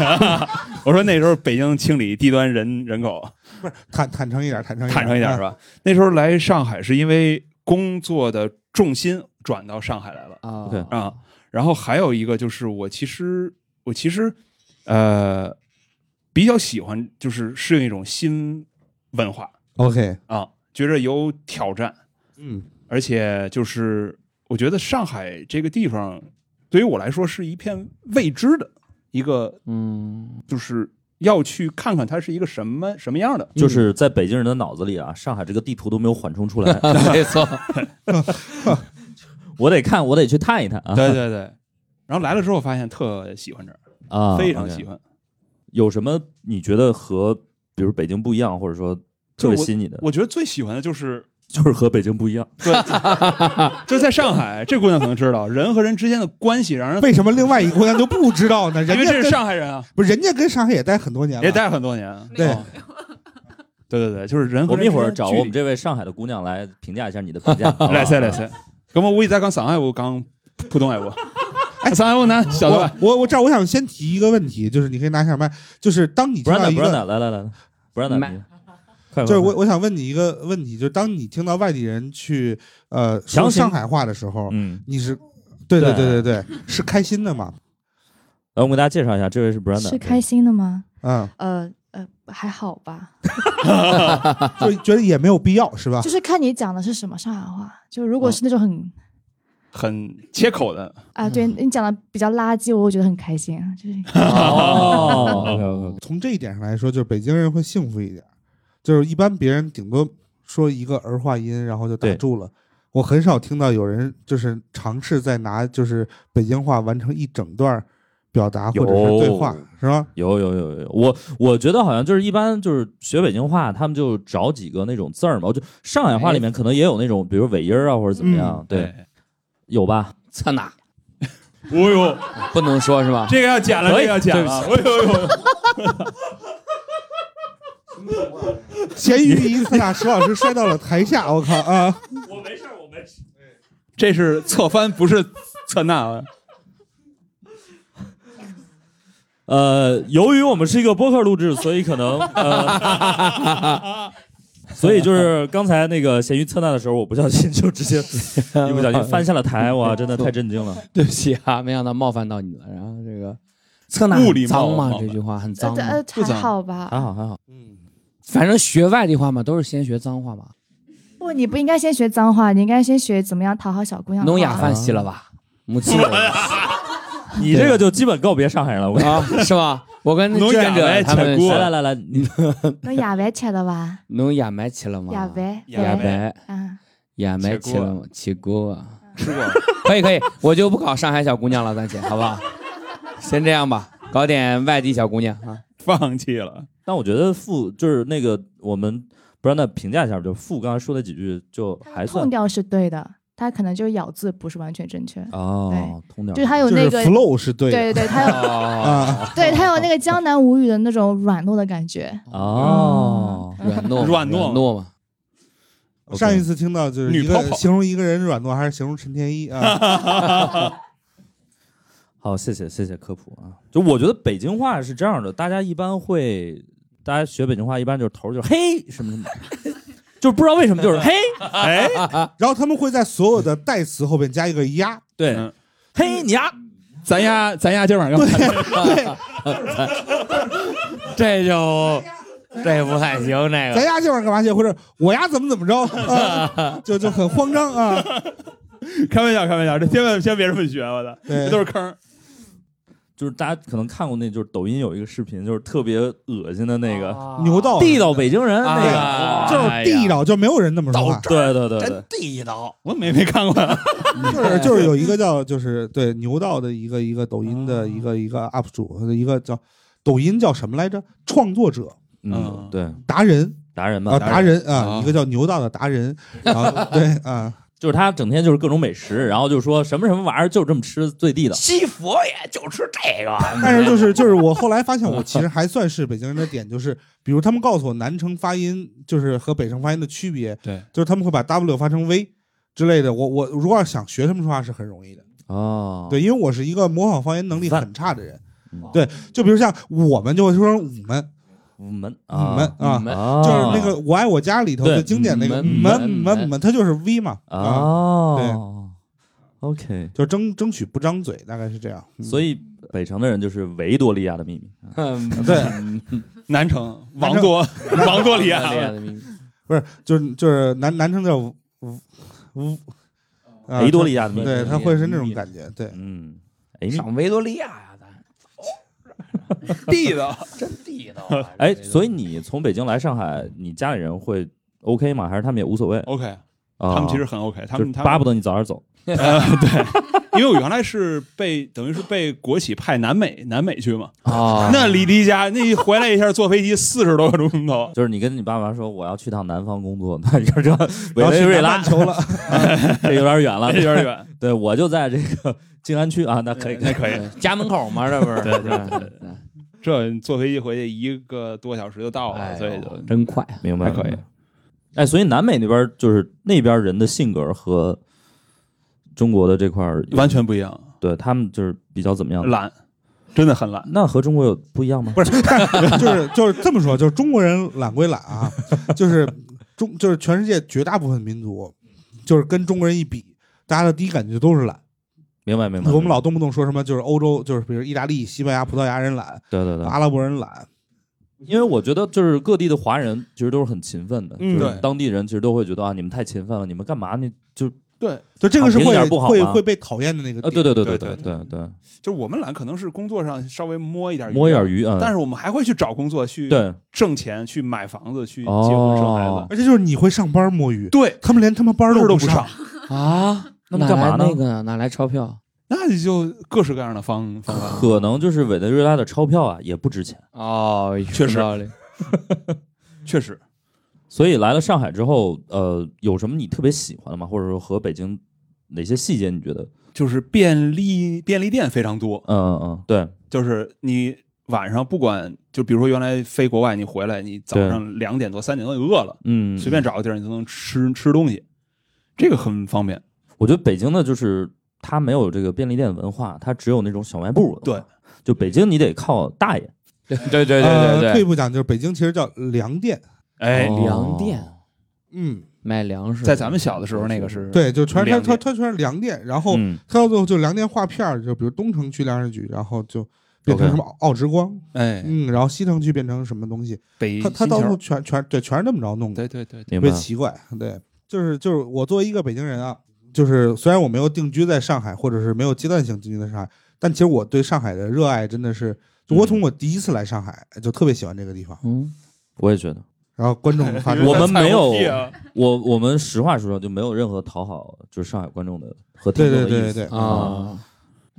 S3: [LAUGHS] 我说那时候北京清理低端人人口，
S2: 坦坦诚一点，坦诚一点，
S3: 坦诚一点是
S2: 吧？
S3: 吧？那时候来上海是因为工作的重心转到上海来了
S4: 啊
S1: 对
S3: 啊，然后还有一个就是我其实我其实呃比较喜欢就是适应一种新文化
S2: OK，
S3: 啊，觉着有挑战，
S2: 嗯
S3: 而且就是我觉得上海这个地方对于我来说是一片未知的一个，
S4: 嗯， [LAUGHS]
S3: 就是要去看看它是一个什么什么样的。
S1: 就是在北京人的脑子里啊，上海这个地图都没有缓冲出来，
S4: 没错，
S1: 我得看，我得去探一探啊
S3: 对对对。然后来了之后发现特喜欢这儿，
S1: 啊，
S3: 非常
S1: OK
S3: 喜欢。
S1: 有什么你觉得和比如北京不一样，或者说特别吸引你的，
S3: 我觉得最喜欢的就是
S1: 就是和北京不一样。
S3: [LAUGHS] 就是在上海，这姑娘可能知道人和人之间的关系，让人
S2: 为什么另外一个姑娘就不知道呢？
S3: [LAUGHS] 因
S2: 人
S3: 为
S2: 家
S3: 这是
S2: 跟
S3: 上海人啊，
S2: 不是人家跟上海也待很多年了，
S3: 也待了很多年。
S2: 对
S3: 哦对对对，就是人和
S1: 我们
S3: 人
S1: 一会儿
S3: 之间
S1: 找
S3: 的距离
S1: 我们啊这位上海的姑娘来评价一下你的评价。好吧
S3: 来塞来塞。咁我我而家讲上海话，讲普
S1: [LAUGHS]
S3: 通话。哎，上海话呢，晓得吧
S2: 我？我我这儿我想先提一个问题，就是你可以拿下麦，就是当你
S1: 不
S2: 听
S1: 让
S2: 到
S1: 奶，
S2: 一
S1: 不让
S2: 个
S1: 奶，来来来，不让奶， [LAUGHS] 快
S2: 就是我
S1: 快，
S2: 我想问你一个问题，就是当你听到外地人去呃
S1: 强行
S2: 说上海话的时候，
S1: 嗯，
S2: 你是对对
S1: 对
S2: 对对对，是开心的嘛？
S1: 来我给大家介绍一下，这位是 Brenda，
S5: 是开心的吗？
S2: 嗯，
S5: 呃呃，还好吧，
S2: 就觉得也没有必要是吧
S5: 就？是看你讲的是什么上海话。就如果是那种很
S3: 很切口的，
S1: 嗯
S5: 啊，对你讲的比较垃圾，我会觉得很开心啊。就是
S1: 哦，OK，OK，OK
S4: [LAUGHS]
S2: 从这一点上来说，就是北京人会幸福一点，就是一般别人顶多说一个儿化音，然后就打
S1: 对
S2: 住了。我很少听到有人就是尝试在拿就是北京话完成一整段表达或者是对话
S1: 有，
S2: 是吧？
S1: 有有有有有，我我觉得好像就是一般就是学北京话，他们就找几个那种字儿嘛，我就上海话里
S5: 哎
S1: 面可能也有那种，比如尾音儿啊或者怎
S5: 嗯
S1: 么样，对，，有吧？
S4: 在哪
S3: 哦呦，
S4: 不能说是吧？
S3: 这个要剪了，这
S1: 可以
S3: 个要剪了，哎呦呦，
S2: 咸鱼一次啊把石老师摔到了台下，我靠啊！
S1: 我没事，我没事。
S3: 这是侧翻，不是侧那啊。
S1: 呃，由于我们是一个播客录制，所以可能呃， [LAUGHS] 所以就是刚才那个咸鱼测难的时候，我不小心就直接一不小心翻下了台，哇，真的太震惊了。
S4: [LAUGHS] 对不起啊，没想到冒犯到你了。然后这个侧哪
S3: 物理冒
S4: 脏吗
S3: 冒？犯
S4: 这句话很
S5: 呃
S4: 脏吗？
S5: 呃，
S3: 不脏
S5: 还好吧。
S1: 啊
S4: 还好还好，
S2: 嗯，
S4: 反正学外地话嘛，都是先学脏话嘛。
S5: 不，你不应该先学脏话，你应该先学怎么样讨好小姑娘。
S4: 侬雅饭吸了吧？母 [LAUGHS] 鸡啊，
S1: 你这个就基本告别上海了，我跟你
S4: 是吧？我跟
S3: 侬
S4: 志愿
S3: 雅
S4: 者
S3: 饭
S4: 他们
S3: 吃
S1: 说
S3: 过
S1: 来来来来，你
S5: 侬雅饭吃了吧？
S4: 侬雅麦去了吗？
S5: 雅饭，
S3: 雅
S4: 雅
S3: 饭
S4: 白
S5: 嗯，
S4: 雅麦去了吗？起锅啊。
S3: 吃
S1: [LAUGHS]
S3: 过，
S4: 可以可以，我就不搞上海小姑娘了，暂且好不好？先这样吧，搞点外地小姑娘啊。
S3: 放弃了。
S1: 但我觉得付就是那个我们不让他评价一下吧，就付刚才说的几句就还算
S5: 痛调是对的，他可能就是咬字不是完全正确，
S1: 哦，通点儿
S5: 就是他有
S2: 就
S5: 那
S2: 是
S5: 个，
S2: flow 是对的
S5: 对对对，他有
S4: 哦，
S2: 啊，
S5: 对他有那个江南无语的那种软糯的感觉。
S1: 哦，
S4: 软糯嘛
S3: 软糯
S4: 软糯嘛，
S1: OK
S2: 上一次听到就是一
S3: 女泡
S2: 个
S3: 泡
S2: 形容一个人软糯，还是形容陈天一啊？
S1: 好，谢谢谢谢科普啊。就我觉得北京话是这样的，大家一般会，大家学北京话一般就是头儿就是嘿什么什么， [LAUGHS] 就是不知道为什么就是嘿
S3: 哎，
S2: 然后他们会在所有的代词后边加一个“呀
S1: 对、
S3: 嗯
S1: 嘿你呀，
S3: 咱家咱家今晚上要看
S4: 这就这不太行，”，这
S2: 咱。丫今晚干嘛去？或者我丫怎么怎么着？啊、就就很慌张啊！
S3: [LAUGHS] 开玩笑，开玩笑，这千万千万别这么学，我的，
S2: 对
S3: [LAUGHS] 这都是坑。
S1: 就是大家可能看过那，就是抖音有一个视频，就是特别恶心的那个、哎
S2: 牛道
S1: 地道北京人那个，
S4: 啊
S2: 就是地
S1: 哎
S2: 道，就没有人那么说话。
S1: 对对对对，
S3: 地道，我没没看过。
S2: 就是就是有一个叫就是对牛道的一个一个抖音的一个一个 UP 主，一个叫抖音叫什么来着？创作者
S1: 嗯
S3: 嗯
S1: 对，
S2: 达人
S1: 达人吧，
S2: 啊，达人
S3: 啊
S2: 啊，一个叫牛道的达人。然后对啊，
S1: 就是他整天就是各种美食，然后就说什么什么玩意儿就这么吃最地道，
S4: 西佛爷就吃这个，
S2: 但是就是就是我后来发现，我其实还算是北京人的点，就是比如他们告诉我南城发音就是和北城发音的区别，
S3: 对，
S2: 就是他们会把 W 发成 V 之类的。我我如果要想学他们说话是很容易的，
S1: 哦，
S2: 对，因为我是一个模仿方言能力
S1: 饭
S2: 很差的人
S1: 嗯。
S2: 对，就比如像我们就会说成我们，
S1: 午门
S2: 我
S1: 啊，
S2: 们啊，
S1: 啊，
S2: 就是那个《我爱我家》里头
S1: 对
S2: 最经典那个
S4: 我
S2: 我
S4: 们我
S2: 们
S4: 们
S2: 我们我们，它就是 V 嘛啊，
S1: 哦，对，OK，
S2: 就争争取不张嘴，大概是这样。嗯
S1: 所以北城的人就是维多利亚的秘密，
S2: 对，
S3: 南城王多，王多利啊
S4: 厉害
S3: 亚，
S4: 的秘密
S2: 不是就是就是南南城叫吴吴
S1: 啊维多利亚的秘密，
S2: 对，它
S4: 他
S2: 会是那种感觉，对，
S1: 嗯，哎，
S4: 上维多利亚呀，咱
S3: 地道。
S4: 真地道啊。
S1: 哎，
S4: 这个
S1: 所以你从北京来上海，你家里人会 OK 吗？还是他们也无所谓？
S3: OK，
S1: 啊
S3: 哦他们其实很 OK，他
S1: 就是
S3: 们他
S1: 巴
S3: 们
S1: 不得你早点走。
S3: 因为我原来是被等于是被国企派南美南美去嘛，
S4: 啊，
S3: 那离离家那一回来一下坐飞机四十多个钟头，
S1: 就是你跟你爸妈说我要去趟南方工作，那你这委
S2: 然后
S1: 内
S2: 去
S1: 瑞
S2: 南
S1: 拉
S2: 半球了，
S1: [LAUGHS] 这有点远了
S3: [LAUGHS]
S4: [LAUGHS]
S3: 有，点啊远，
S1: 对我就在这个静安区啊，那可以，
S3: 那可以。
S4: 对家门口嘛，这不是？对对对，
S3: 这坐飞机回去一个多小时就到了，
S4: 哎呦
S3: 所以就
S4: 真快。
S1: 明白
S3: 还可
S1: 明
S3: 以。
S1: 白哎，所以南美那边就是那边人的性格和中国的这块儿有
S3: 完全不一样。
S1: 对他们就是比较怎么样？
S3: 嗯懒，真的很懒。
S1: 那和中国有不一样吗？
S2: 不是，但就是 [LAUGHS] 就是这么说，就是中国人懒归懒啊，就是中就是全世界绝大部分民族，就是跟中国人一比，大家的第一感觉都是懒。
S1: 明白明白。
S2: 我们老动不动说什么就是欧洲，就是比如意大利、西班牙、葡萄牙人懒，
S1: 对对对，
S2: 阿拉伯人懒，
S1: 因为我觉得就是各地的华人其实都是很勤奋的，
S2: 嗯
S1: 就是
S3: 对
S1: 当地人其实都会觉得啊，你们太勤奋了，你们干嘛呢？就
S3: 对，
S2: 就这个是
S1: 躺平一
S2: 会
S1: 点不好
S2: 会
S1: 吗
S2: 会被讨厌的那个
S1: 啊，
S2: 点。
S1: 对对对对
S3: 对
S1: 对对对，
S3: 就是我们懒，可能是工作上稍微摸一点
S1: 摸一点
S3: 鱼，
S1: 鱼啊，
S3: 但
S1: 是
S3: 是我们还会去找工作，去
S1: 对
S3: 挣钱，去买房子，去结
S1: 哦
S3: 婚生孩子。
S2: 而且就是你会上班摸鱼，
S3: 对，
S2: 他们连他妈班
S3: 班
S2: 都
S3: 都
S2: 不
S3: 上，，
S4: 啊，
S1: 那
S4: 哪
S1: 干嘛
S4: 来
S1: 呢
S4: 那个哪来钞票
S3: 那你就各式各样的方方法。
S1: 可能就是委内瑞拉的钞票啊也不值钱，
S4: 哦，
S3: 确实
S4: 有道理。
S3: 确实，
S1: 所以来了上海之后，呃，有什么你特别喜欢的吗？或者说和北京哪些细节你觉得？
S3: 就是便利便利店非常多，
S1: 嗯嗯嗯，对，
S3: 就是你晚上不管，就比如说原来飞国外，你回来，你早上两点多三点多你饿了，
S1: 嗯，
S3: 随便找个地儿你都能吃吃东西，这个很方便。
S1: 我觉得北京的就是它没有这个便利店文化，它只有那种小卖部文化。
S3: 对，
S1: 就北京你得靠大爷。
S4: 对对对
S2: 呃，退一步讲，就是北京其实叫粮店，
S3: 哎
S1: 哦
S4: 粮店
S2: 嗯，
S4: 卖粮食，
S3: 在咱们小的时候，那个是
S2: 对，就全是它
S3: 粮
S2: 它
S3: 店
S2: 它全是粮店，然
S3: 哦
S2: 后
S1: 嗯，
S2: 它到最后就粮店划片儿，就比如东城区粮食局，然后就变成
S1: OK
S2: 什么奥奥之光，
S3: 哎
S2: 嗯，然后西城区变成什么东西，
S3: 北
S2: 它它
S3: 新
S2: 到
S3: 桥
S2: 处全全对全是这么着弄的，
S3: 对对对
S1: 明
S3: 对，
S2: 特别
S1: 白。
S2: 奇怪，对，就是就是我作为一个北京人啊，就是虽然我没有定居在上海，或者是没有阶段性定居在上海，但其实我对上海的热爱真的是，就
S1: 嗯
S2: 我从我第一次来上海就特别喜欢这个地方，
S4: 嗯，
S1: 我也觉得，
S2: 然后观众
S1: [LAUGHS]
S2: 发
S1: 因
S2: 出
S1: 为我们没有嗯
S3: 因为他踩我屁啊
S1: 我我们实话实说，就没有任何讨好就是上海观众的和听
S2: 对
S1: 众
S2: 对
S1: 的意思。
S2: 对对
S3: 嗯
S2: 对，
S4: 啊，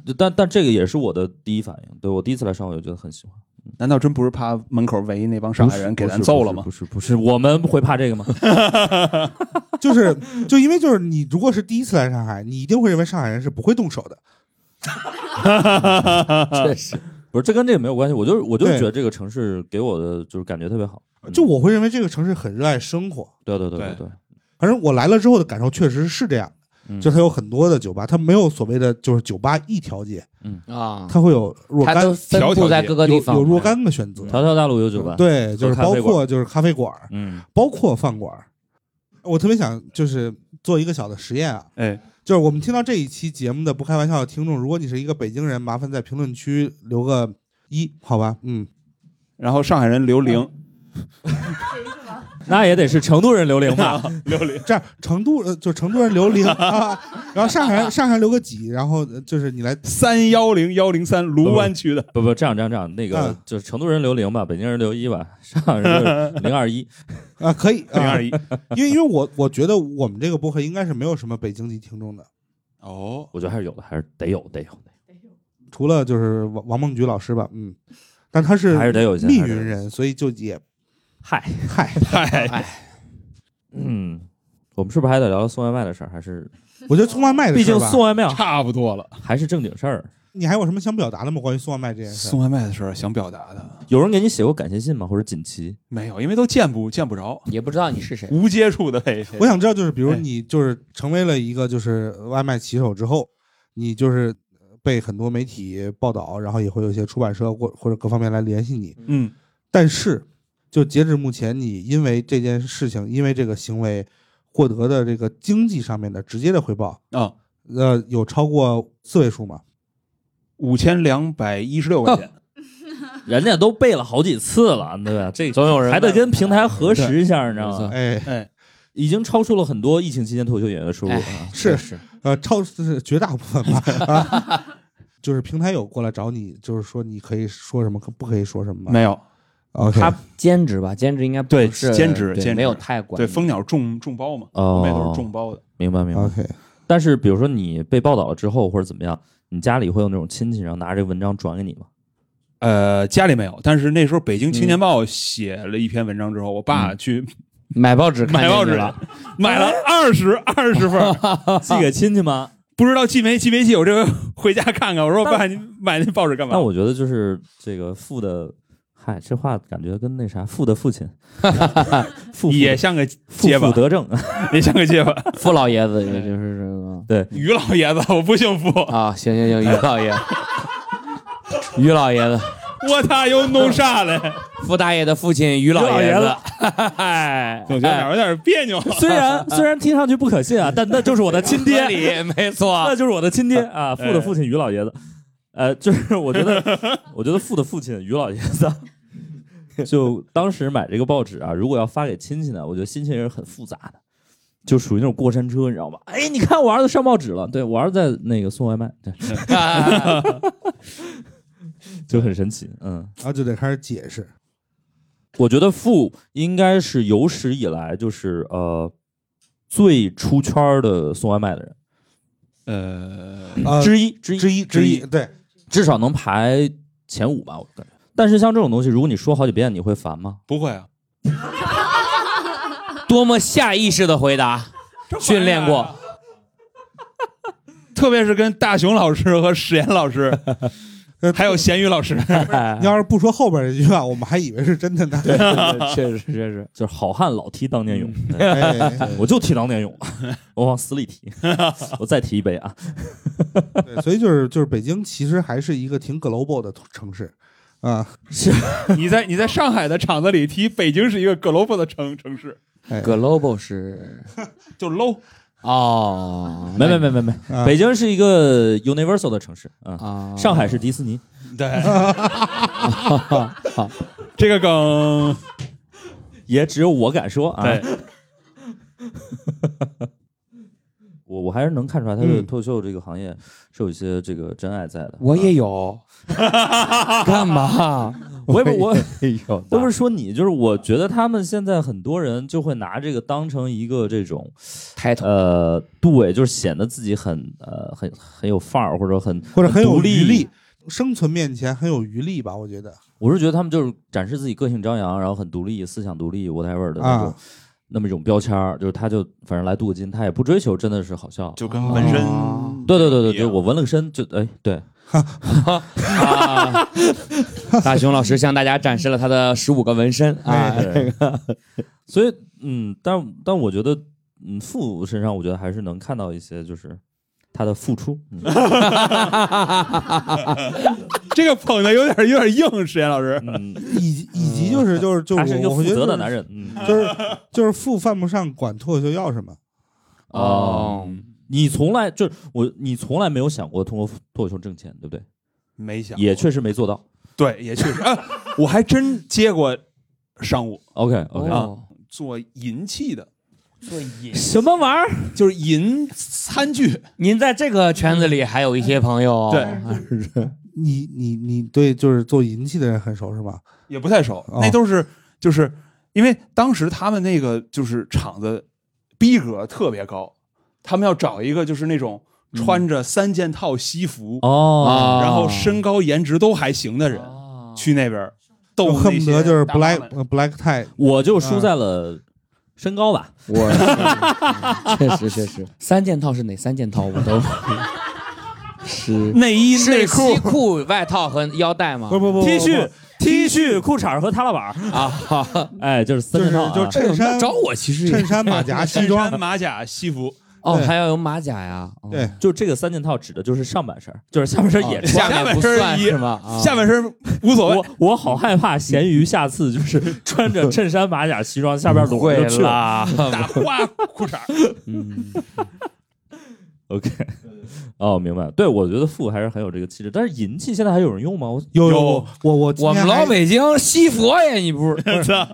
S1: 就但但这个也是我的第一反应，对我第一次来上海，我就觉得很喜欢。
S3: 难道真不是怕门口围那帮上海人给咱揍了吗
S1: 不？是不是，不是我们会怕这个吗？ [LAUGHS]
S2: 就是就因为就是你如果是第一次来上海，你一定会认为上海人是不会动手的，
S4: 啊确实，
S1: 不是，这跟这个没有关系。我就是我就是
S2: 对
S1: 觉得这个城市给我的就是感觉特别好。嗯
S2: 就我会认为这个城市很热爱生活。
S1: 对对对
S3: 对
S1: 对，
S2: 反正我来了之后的感受确实是这样的，
S1: 嗯
S2: 就它有很多的酒吧，它没有所谓的就是酒吧一条街，
S4: 啊，
S2: 它会有若
S4: 它
S2: 干
S4: 都分布在各个地
S2: 有
S4: 方，嗯
S2: 有若干个选择，
S1: 条条大路有酒吧。，
S2: 对，就是包
S1: 咖啡
S2: 括
S1: 馆
S2: 就是咖啡馆，
S1: 嗯
S2: 包括饭馆。我特别想就是做一个小的实验啊，
S3: 哎，
S2: 就是我们听到这一期节目的不开玩笑的听众，如果你是一个北京人，麻烦在评论区留个一，好吧？嗯，
S3: 然后上海人刘
S1: 嗯
S3: 玲，
S1: 那也得是成都人留
S3: [LAUGHS]
S1: 零吧？
S3: 刘玲，
S2: 这样成都呃，就成都人留
S1: [LAUGHS]
S2: 零啊，然后上海人上海人留个几，然后呃就是你来
S3: 三幺零幺零三卢湾区的，
S1: 不不，这样这样这样，那个
S2: 嗯
S1: 就是成都人留零吧，北京人留一吧，上海
S2: [LAUGHS]
S1: 人零二一。
S2: 啊，
S1: [LAUGHS]
S2: 可以
S1: 嗯
S3: 零
S2: 啊
S3: 二，一。
S2: 因为因为我我觉得我们这个播客应该是没有什么北京籍听众的，
S3: 哦，
S1: 我觉得还是有的，还是得有得有，
S2: 除了就是王王梦菊老师吧，嗯，但他是
S1: 还是得有一些。
S2: 密
S1: 还是得
S2: 云
S1: 有一些，
S2: 人，所以就也
S1: 嗨，
S2: 嗨，
S3: 嗨，
S1: 嗯，我们是不是还得聊聊送外卖的事儿？还是
S2: 我觉得送外卖的
S1: 毕
S2: 事
S1: 竟
S2: 儿吧
S1: 送，外卖啊
S3: 差不多了。
S1: 还是正经事儿。
S2: 你还有什么想表达的吗？关于送外卖这件事
S3: 送？外卖的时候想表达的
S1: 有人给你写过感谢信吗？或者锦旗？
S3: 没有，因为都见不见不着，
S4: 也不知道你是谁。
S3: 无接触的配
S2: 我想知道，就是比如
S3: 哎
S2: 你就是成为了一个就是外卖骑手之后，你就是被很多媒体报道，然后也会有一些出版社或或者各方面来联系你，
S3: 嗯，
S2: 但是就截止目前，你因为这件事情，因为这个行为获得的这个经济上面的直接的回报，
S3: 啊，
S2: 呃，有超过四位数吗？
S3: 五千两百一十六块钱，
S1: 人家都背了好几次了，对吧？这
S4: 总有人
S1: 还得跟平台核实一下，你知
S4: 没
S1: 道
S4: 错
S1: 吗？
S2: 哎，
S3: 哎，
S1: 已经超出了很多疫情期间脱口秀演员的收入
S4: 哎
S1: 啊。
S2: 是
S4: 是，
S2: 呃，超是绝大部分吧。啊就是平台有过来找你，就是说你可以说什么，可不可以说什么吗
S3: 没有，
S2: ？OK，
S4: 他兼职吧，兼职应该不
S3: 对
S4: 是
S3: 兼职
S4: 对
S3: 兼职
S4: 没有太管
S3: 对，蜂鸟众众包嘛，
S1: 哦
S3: 我们也都是众包的，
S1: 明白明白。
S2: OK，
S1: 但是比如说你被报道了之后，或者怎么样，你家里会有那种亲戚，然后拿着这文章转给你 [LAUGHS] 吗？
S3: 呃，家里没有，但是那时候《北京青年报》写了一篇文章之后，我爸去
S4: 买报纸看
S3: 买
S4: 见
S3: 报
S4: 你
S3: 纸
S4: 了，
S3: 嗯 [LAUGHS] 买了二十二十份儿， [LAUGHS]
S1: 寄给亲戚吗？
S3: 不知道寄没寄没寄，我这回回家看看。我说爸，你买那报纸干嘛
S1: 但？我觉得就是这个父的，嗨，这话感觉跟那啥父的父
S3: [LAUGHS]
S1: 亲，父父的
S3: 也像个
S1: 父
S3: 结巴
S1: 父，得
S3: [LAUGHS]
S1: 正，
S3: 也像个 [LAUGHS] 结巴。
S4: 傅老爷子也就是这个
S1: 对，
S3: [LAUGHS] 于老爷子，我不姓傅，
S4: 啊，行行行，于老爷，于老爷子，
S1: 我他又弄啥
S3: [LAUGHS]
S1: 嘞？
S4: 傅大爷的父亲于老
S1: 于
S4: 爷
S1: 老
S4: 子
S1: 爷，
S4: 哎，
S1: 总觉得哪儿有点别扭。虽然虽然听上去不可信啊，但那就是我的亲
S4: 合
S1: 爹，
S4: 理，没
S1: 那
S4: [LAUGHS] 错，
S1: 就是我的
S3: [LAUGHS]
S1: 亲爹啊，父的父亲于老爷子。呃，就是我觉得，我觉得父的父亲于老爷子，就当时买这个报纸啊，如果要发给亲戚呢，我觉得心情也是很复杂的，就属于那种过山车，你知道吧？哎，你看我儿子上报纸了，对我儿子在那个送外卖，对，
S4: 啊
S1: 就很神奇，嗯。
S2: 然后就得开始解释。
S1: 我觉得父应该是有史以来就是呃最出圈儿的送外卖的人、
S3: 呃，
S2: 呃，
S1: 之一，之一，之一，
S2: 之一，对，
S1: 至少能排前五吧，我感觉。但是像这种东西，如果你说好几遍，你会烦吗？
S3: 不会啊，
S4: 多么下意识的回答，
S3: 啊
S4: 训练过，
S3: [LAUGHS] 特别是跟大熊老师和史岩老 [LAUGHS] 师，还有咸鱼老师，
S4: 哎
S2: 你要是不说后边这句话，我们还以为是真的呢。
S4: 确实确实，
S1: 就是好汉老踢当年勇，
S2: 哎
S1: 我就踢当年 [LAUGHS] 勇，我往死里 [LAUGHS] 踢，我再踢一杯啊！
S2: 对所以就是就是北京其实还是一个挺 global 的城市啊，
S3: [LAUGHS] 你在你在上海的厂子里踢，北京是一个 global 的城城市，
S2: 哎
S4: global 是
S3: 就 low。
S4: 哦，
S1: 没没没没没，
S2: 啊
S1: 哎北京是一个 universal 的城市啊，
S4: 啊，
S1: 上海是迪士尼，
S3: 对， [LAUGHS] 这个梗，
S1: 也只有我敢说啊。
S3: 对，
S1: [LAUGHS] 我我还是能看出来，他对
S2: 嗯
S1: 脱口秀这个行业是有一些这个真爱在的。
S4: 我也 [LAUGHS] 有，干嘛？
S1: 我也不我
S2: 有
S1: 都不是说你，就是我觉得他们现在很多人就会拿这个当成一个这种
S4: 抬头
S1: 呃，对，就是显得自己很呃很很有范儿，或者很
S2: 或者很有
S1: 独
S2: 余
S1: 立
S2: 力，生存面前很有余力吧？我觉得
S1: 我是觉得他们就是展示自己个性张扬，然后很独立、思想独立 whatever 的那种、
S2: 啊
S1: 那么一种标签儿，就是他就反正来镀个金，他也不追求真的是好笑。
S3: 就跟纹身
S4: 哦，
S1: 对对对对，
S3: 一
S1: 就
S3: 样
S1: 我纹了个身，就哎对，
S4: 啊！大熊老师向大家展示了他的十五个纹身啊，
S1: 对， [LAUGHS] 所以嗯，但但我觉得嗯，父身上我觉得还是能看到一些就是他的付出，嗯、
S2: [LAUGHS]
S4: 哎
S3: 这个捧的有点有点硬，史岩老师，
S1: 嗯，
S2: 以以及就是就是就
S1: 他是一个
S2: 我
S1: 负
S2: 我觉
S1: 责
S2: 得
S1: 的
S2: 就
S1: 男
S2: 是
S1: 人，嗯，
S2: 就是就是父犯不上管脱口秀要什么，
S4: 哦，
S2: 嗯
S1: 你从来就是我，你从来没有想过通过脱口秀挣钱，对不对？
S3: 没想过
S1: 也确实没做到。
S3: 对，也确实，啊，我还真接过商务
S1: OK OK，、
S2: 啊
S4: 哦
S3: 做银器的，
S4: 什么玩意儿？
S3: 就是银餐具，
S4: 您在这个圈子里还有一些朋友，哦啊
S3: 对，
S2: 你你你对就是做银器的人很熟是吧？
S3: 也不太熟，
S2: 哦
S3: 那都是就是因为当时他们那个就是厂子逼格特别高，他们要找一个就是那种穿
S2: 嗯
S3: 着三件套西服，
S1: 哦，
S4: 啊，
S3: 然后身高颜值都还行的人、
S4: 哦
S3: 去那边儿斗
S2: 就恨
S3: 那些
S2: 不得就是
S3: 大妈
S2: black 呃
S3: 们
S2: black tie，
S1: 我就
S2: 嗯
S1: 输在了身高吧。
S4: [LAUGHS] 我确实确实，三件套是哪三件套？我 [LAUGHS] 都是
S3: 内衣内
S4: 是
S3: 裤
S4: 西裤、外套和腰带吗？
S2: 不不不
S1: T 恤、T 恤、裤�衩和踏拉板儿，
S4: 啊，
S1: 哎，就是三
S2: 就是
S1: 件套、啊
S2: 就是衬衫
S4: 找我其实也
S2: 衬衫马
S1: [LAUGHS]
S3: [LAUGHS]
S2: 甲西
S3: 衬衫
S2: 装，
S3: 马甲西服，
S4: 哦，
S2: 对
S4: 还要有马甲呀，哦
S2: 对，
S1: 就这个三件套指的就是上半身，就是下半身也
S4: 哦
S1: 穿。
S4: 下面不
S3: 下半身
S4: 算
S3: 也
S4: 是吗？
S2: 哦
S4: 啊
S3: 下半身无所谓
S1: 我。我好害怕咸鱼下次就是 [LAUGHS] 穿着衬衫、马甲、西装，下边裸着
S4: 会
S1: 就去了。
S4: 啦，
S3: [LAUGHS] 打花裤衩儿，
S4: 嗯
S1: OK，哦，明白。对，我觉得富还是很有这个气质，但是银器现在还有人用吗？我
S2: 有
S3: 有
S2: 我我我今
S4: 我们
S2: 天还
S4: 老北京西佛呀，你 [LAUGHS] 不是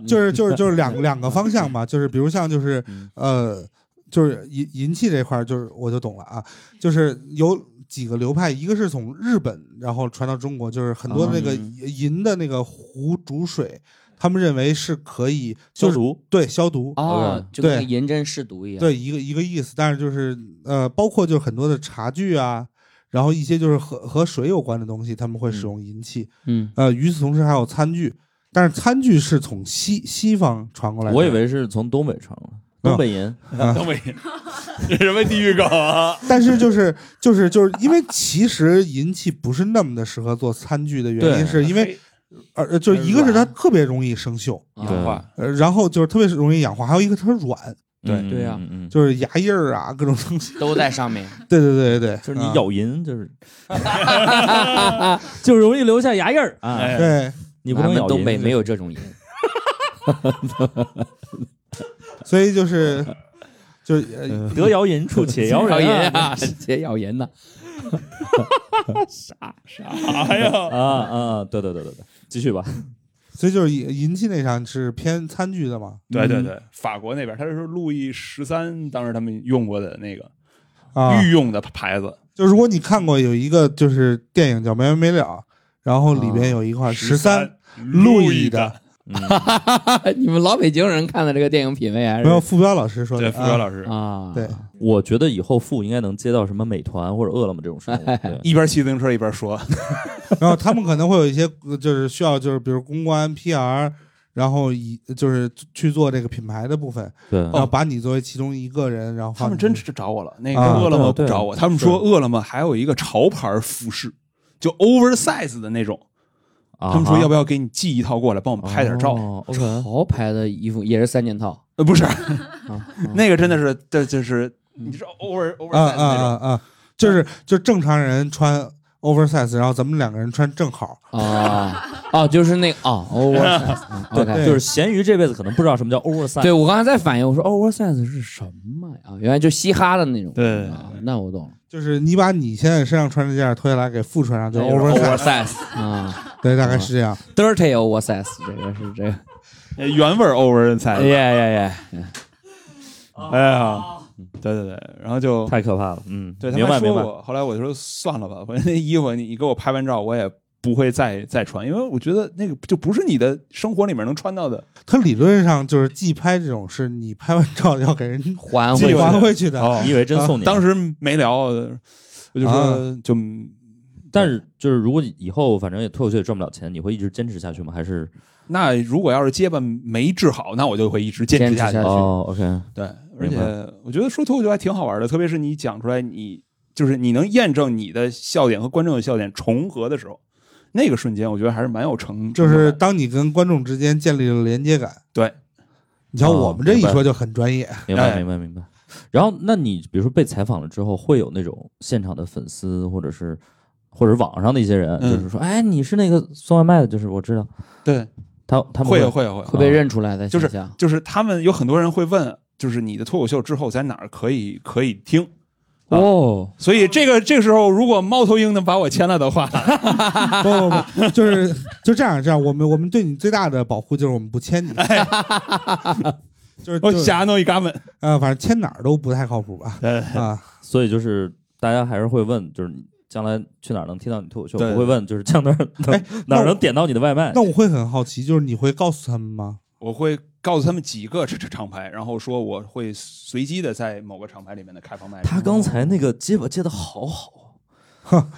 S2: 就是就是就是两两个方向嘛，就是比如像就是
S1: 嗯
S2: 呃，就是银银器这块儿，就是我就懂了啊，就是有几个流派，一个是从日本然后传到中国，就是很多
S1: 啊
S2: 那个
S4: 嗯
S2: 银的那个壶煮水，他们认为是可以就
S1: 消
S2: 是
S1: 毒
S2: 对消毒。
S4: 哦，就跟
S2: 对
S4: 银针试毒一样，
S2: 对，一个一个意思，但是就是呃，包括就是很多的茶具啊，然后一些就是和和水有关的东西，他们会使用银器。
S4: 嗯，
S2: 呃，与此同时还有餐具，但是餐具是从西西方传过来的。
S1: 我以为是从东北传过来，
S2: 嗯
S1: 东北银。
S2: [LAUGHS]
S3: 东北人，这什么地狱梗啊？
S2: 但是就是就是就是因为其实银器不是那么的适合做餐具的原因，
S1: 对
S2: 是因为呃就是一个是它特别容易生锈，
S4: 啊
S1: 对
S3: 化
S2: 呃，然后就是特别容易氧化，还有一个它软，
S3: 对
S4: 对啊
S1: 嗯嗯，嗯
S2: 就是牙印儿啊，各种东西。 [LAUGHS]
S4: 都在上面。
S2: 对对对对对，
S1: 就是你
S2: 啊
S1: 咬银，就是 [LAUGHS] 就容易留下牙印儿啊。
S3: 哎，
S2: 对，
S1: 你不能
S4: 咱
S1: 咬
S4: 们
S1: 银
S4: 东北没有这种人，
S2: 所以就是就是呃
S1: 得谣银处且谣
S4: 谣
S1: 人
S4: 言
S1: 啊
S4: [LAUGHS] 啊，且谣言呢。
S3: 哎呀，
S1: 啊啊！对对对对对，继续吧。
S2: 所以就是银银器那场是偏餐具的嘛？
S3: 对对对，法国那边他是路易十三当时他们用过的那个
S2: 啊，
S3: 御用的牌子，
S2: 就如果你看过有一个就是电影叫《没完没了》，然后里边有一块啊十三路易的，
S4: 你们老北京人看的这个电影品味还是
S2: 没有傅彪老师说
S3: 对，
S2: 的，
S3: 傅彪
S2: 师
S3: 老师
S4: 啊？
S2: 对，
S1: [LAUGHS] 我觉得以后父应该能接到什么美团或者饿了么这种商务。对
S3: 一边骑自行车一边
S2: 啊
S3: 说，
S2: 然后他们可能会有一些呃就是需要就是比如公关 PR。然后以就是去做这个品牌的部分，
S1: 对
S2: 然，后把你作为其中一个人，然后
S3: 哦他
S2: 放
S3: 们
S2: 进
S3: 真
S2: 去
S3: 是找我了，那个
S2: 啊
S3: 饿了么不
S1: 对对
S3: 找我，他们说饿了么还有一个潮牌服饰，就 oversize 的那种，
S1: 他
S2: 啊
S3: 他们说要不要给你寄一套过来，帮
S4: 啊
S3: 我们拍点照？
S2: 哦
S1: OK，
S4: 潮牌哦的衣服也是三件
S3: [LAUGHS]
S4: 套
S3: 呃，不是，
S4: 啊。
S3: 那个真的是，这就是你知道 over
S2: 嗯啊
S3: oversize
S2: 啊
S3: 那种，
S2: 啊啊！就是就正常人穿 oversize，然后咱们两个人穿正好，
S4: 啊哦，就是那个哦，oversize。
S1: 对
S4: OK，
S1: 就是咸鱼这辈子可能不知道什么叫 oversize。
S4: 对我刚才在反应，我说 oversize 是什么呀？啊原来就嘻哈的那种。
S3: 对
S4: 啊，那我懂了。
S2: 就是你把你现在身上穿这件脱下来给副穿上，就是
S3: 哎
S2: oversize，
S4: oversize 哎啊
S2: 对，大概
S3: 嗯
S2: 是这样。
S4: ，dirty oversize，这个是这个。
S3: 呃原味 oversize，
S4: 耶耶耶！
S3: 哎呀，对对对，然后就。
S1: 太可怕了，嗯，
S3: 对，他
S1: 明
S3: 们还
S1: 白明
S3: 说
S1: 白，
S3: 我，后来我就说算了吧，我说那衣服你你给我拍完照，我也不会再再穿，因为我觉得那个就不是你的生活里面能穿到的。
S2: 它理论上就是寄拍这种事，你拍完照要给人
S4: 还
S3: 寄回
S4: 回去
S3: 来
S2: 还回去
S3: 哦
S2: 的。
S1: 你以为真送你？
S3: 啊当时没聊，我就说
S2: 啊
S3: 就
S1: 但是就是如果以后反正也脱口秀也赚不了钱，你会一直坚持下去吗？还是
S3: 那如果要是结巴没治好，那我就会一直坚持下去。
S4: 坚持下去
S1: 哦，OK，
S3: 对，而
S1: 明
S3: 且
S1: 白
S3: 我觉得说脱口秀还挺好玩的，特别是你讲出来你，就是你能验证你的笑点和观众的笑点重合的时候，那个瞬间，我觉得还是蛮有成，
S2: 就是当你跟观众之间建立了连接感，
S3: 对。
S2: 你瞧
S1: 哦
S2: 我们这一
S1: 明白
S2: 说就很专业，
S1: 明白
S3: 哎
S1: 明白明白。然后，那你比如说被采访了之后，会有那种现场的粉丝，或者是或者网上的一些人，
S3: 嗯
S1: 就是说，哎，你是那个送外卖的，就是我知道
S3: 对，
S1: 他他们
S3: 会啊有会有会有，
S4: 会被认出来的，
S3: 就是
S4: 想象
S3: 就是他们有很多人会问，就是你的脱口秀之后在哪儿可以可以听。
S4: 啊嗯
S1: 哦，
S3: 所以这个这个时候，如果猫头鹰能把我签了的
S4: [LAUGHS]
S3: 话，
S2: 不不不，就是就这样这样，我们我们对你最大的保护就是我们不牵你，
S1: 哎
S2: 就是 [LAUGHS]
S3: 我
S2: 就是
S3: 瞎弄一嘎们。
S2: 呃，反正牵哪儿都不太靠谱吧
S1: 哎
S3: 对
S2: 啊，
S1: 所以就是大家还是会问，就是你将来去哪儿能听到你脱口秀？
S3: 对
S1: 不会问，就是上哪儿
S2: 哎
S1: 能哪儿能点到你的外卖
S2: 那？我会很好奇，就是你会告诉他们吗？
S3: 我会告诉他们几个厂厂牌，然后说我会随机的在某个厂牌里面的开放麦。
S1: 他刚才那个结巴接的好好
S4: [LAUGHS]
S1: 啊，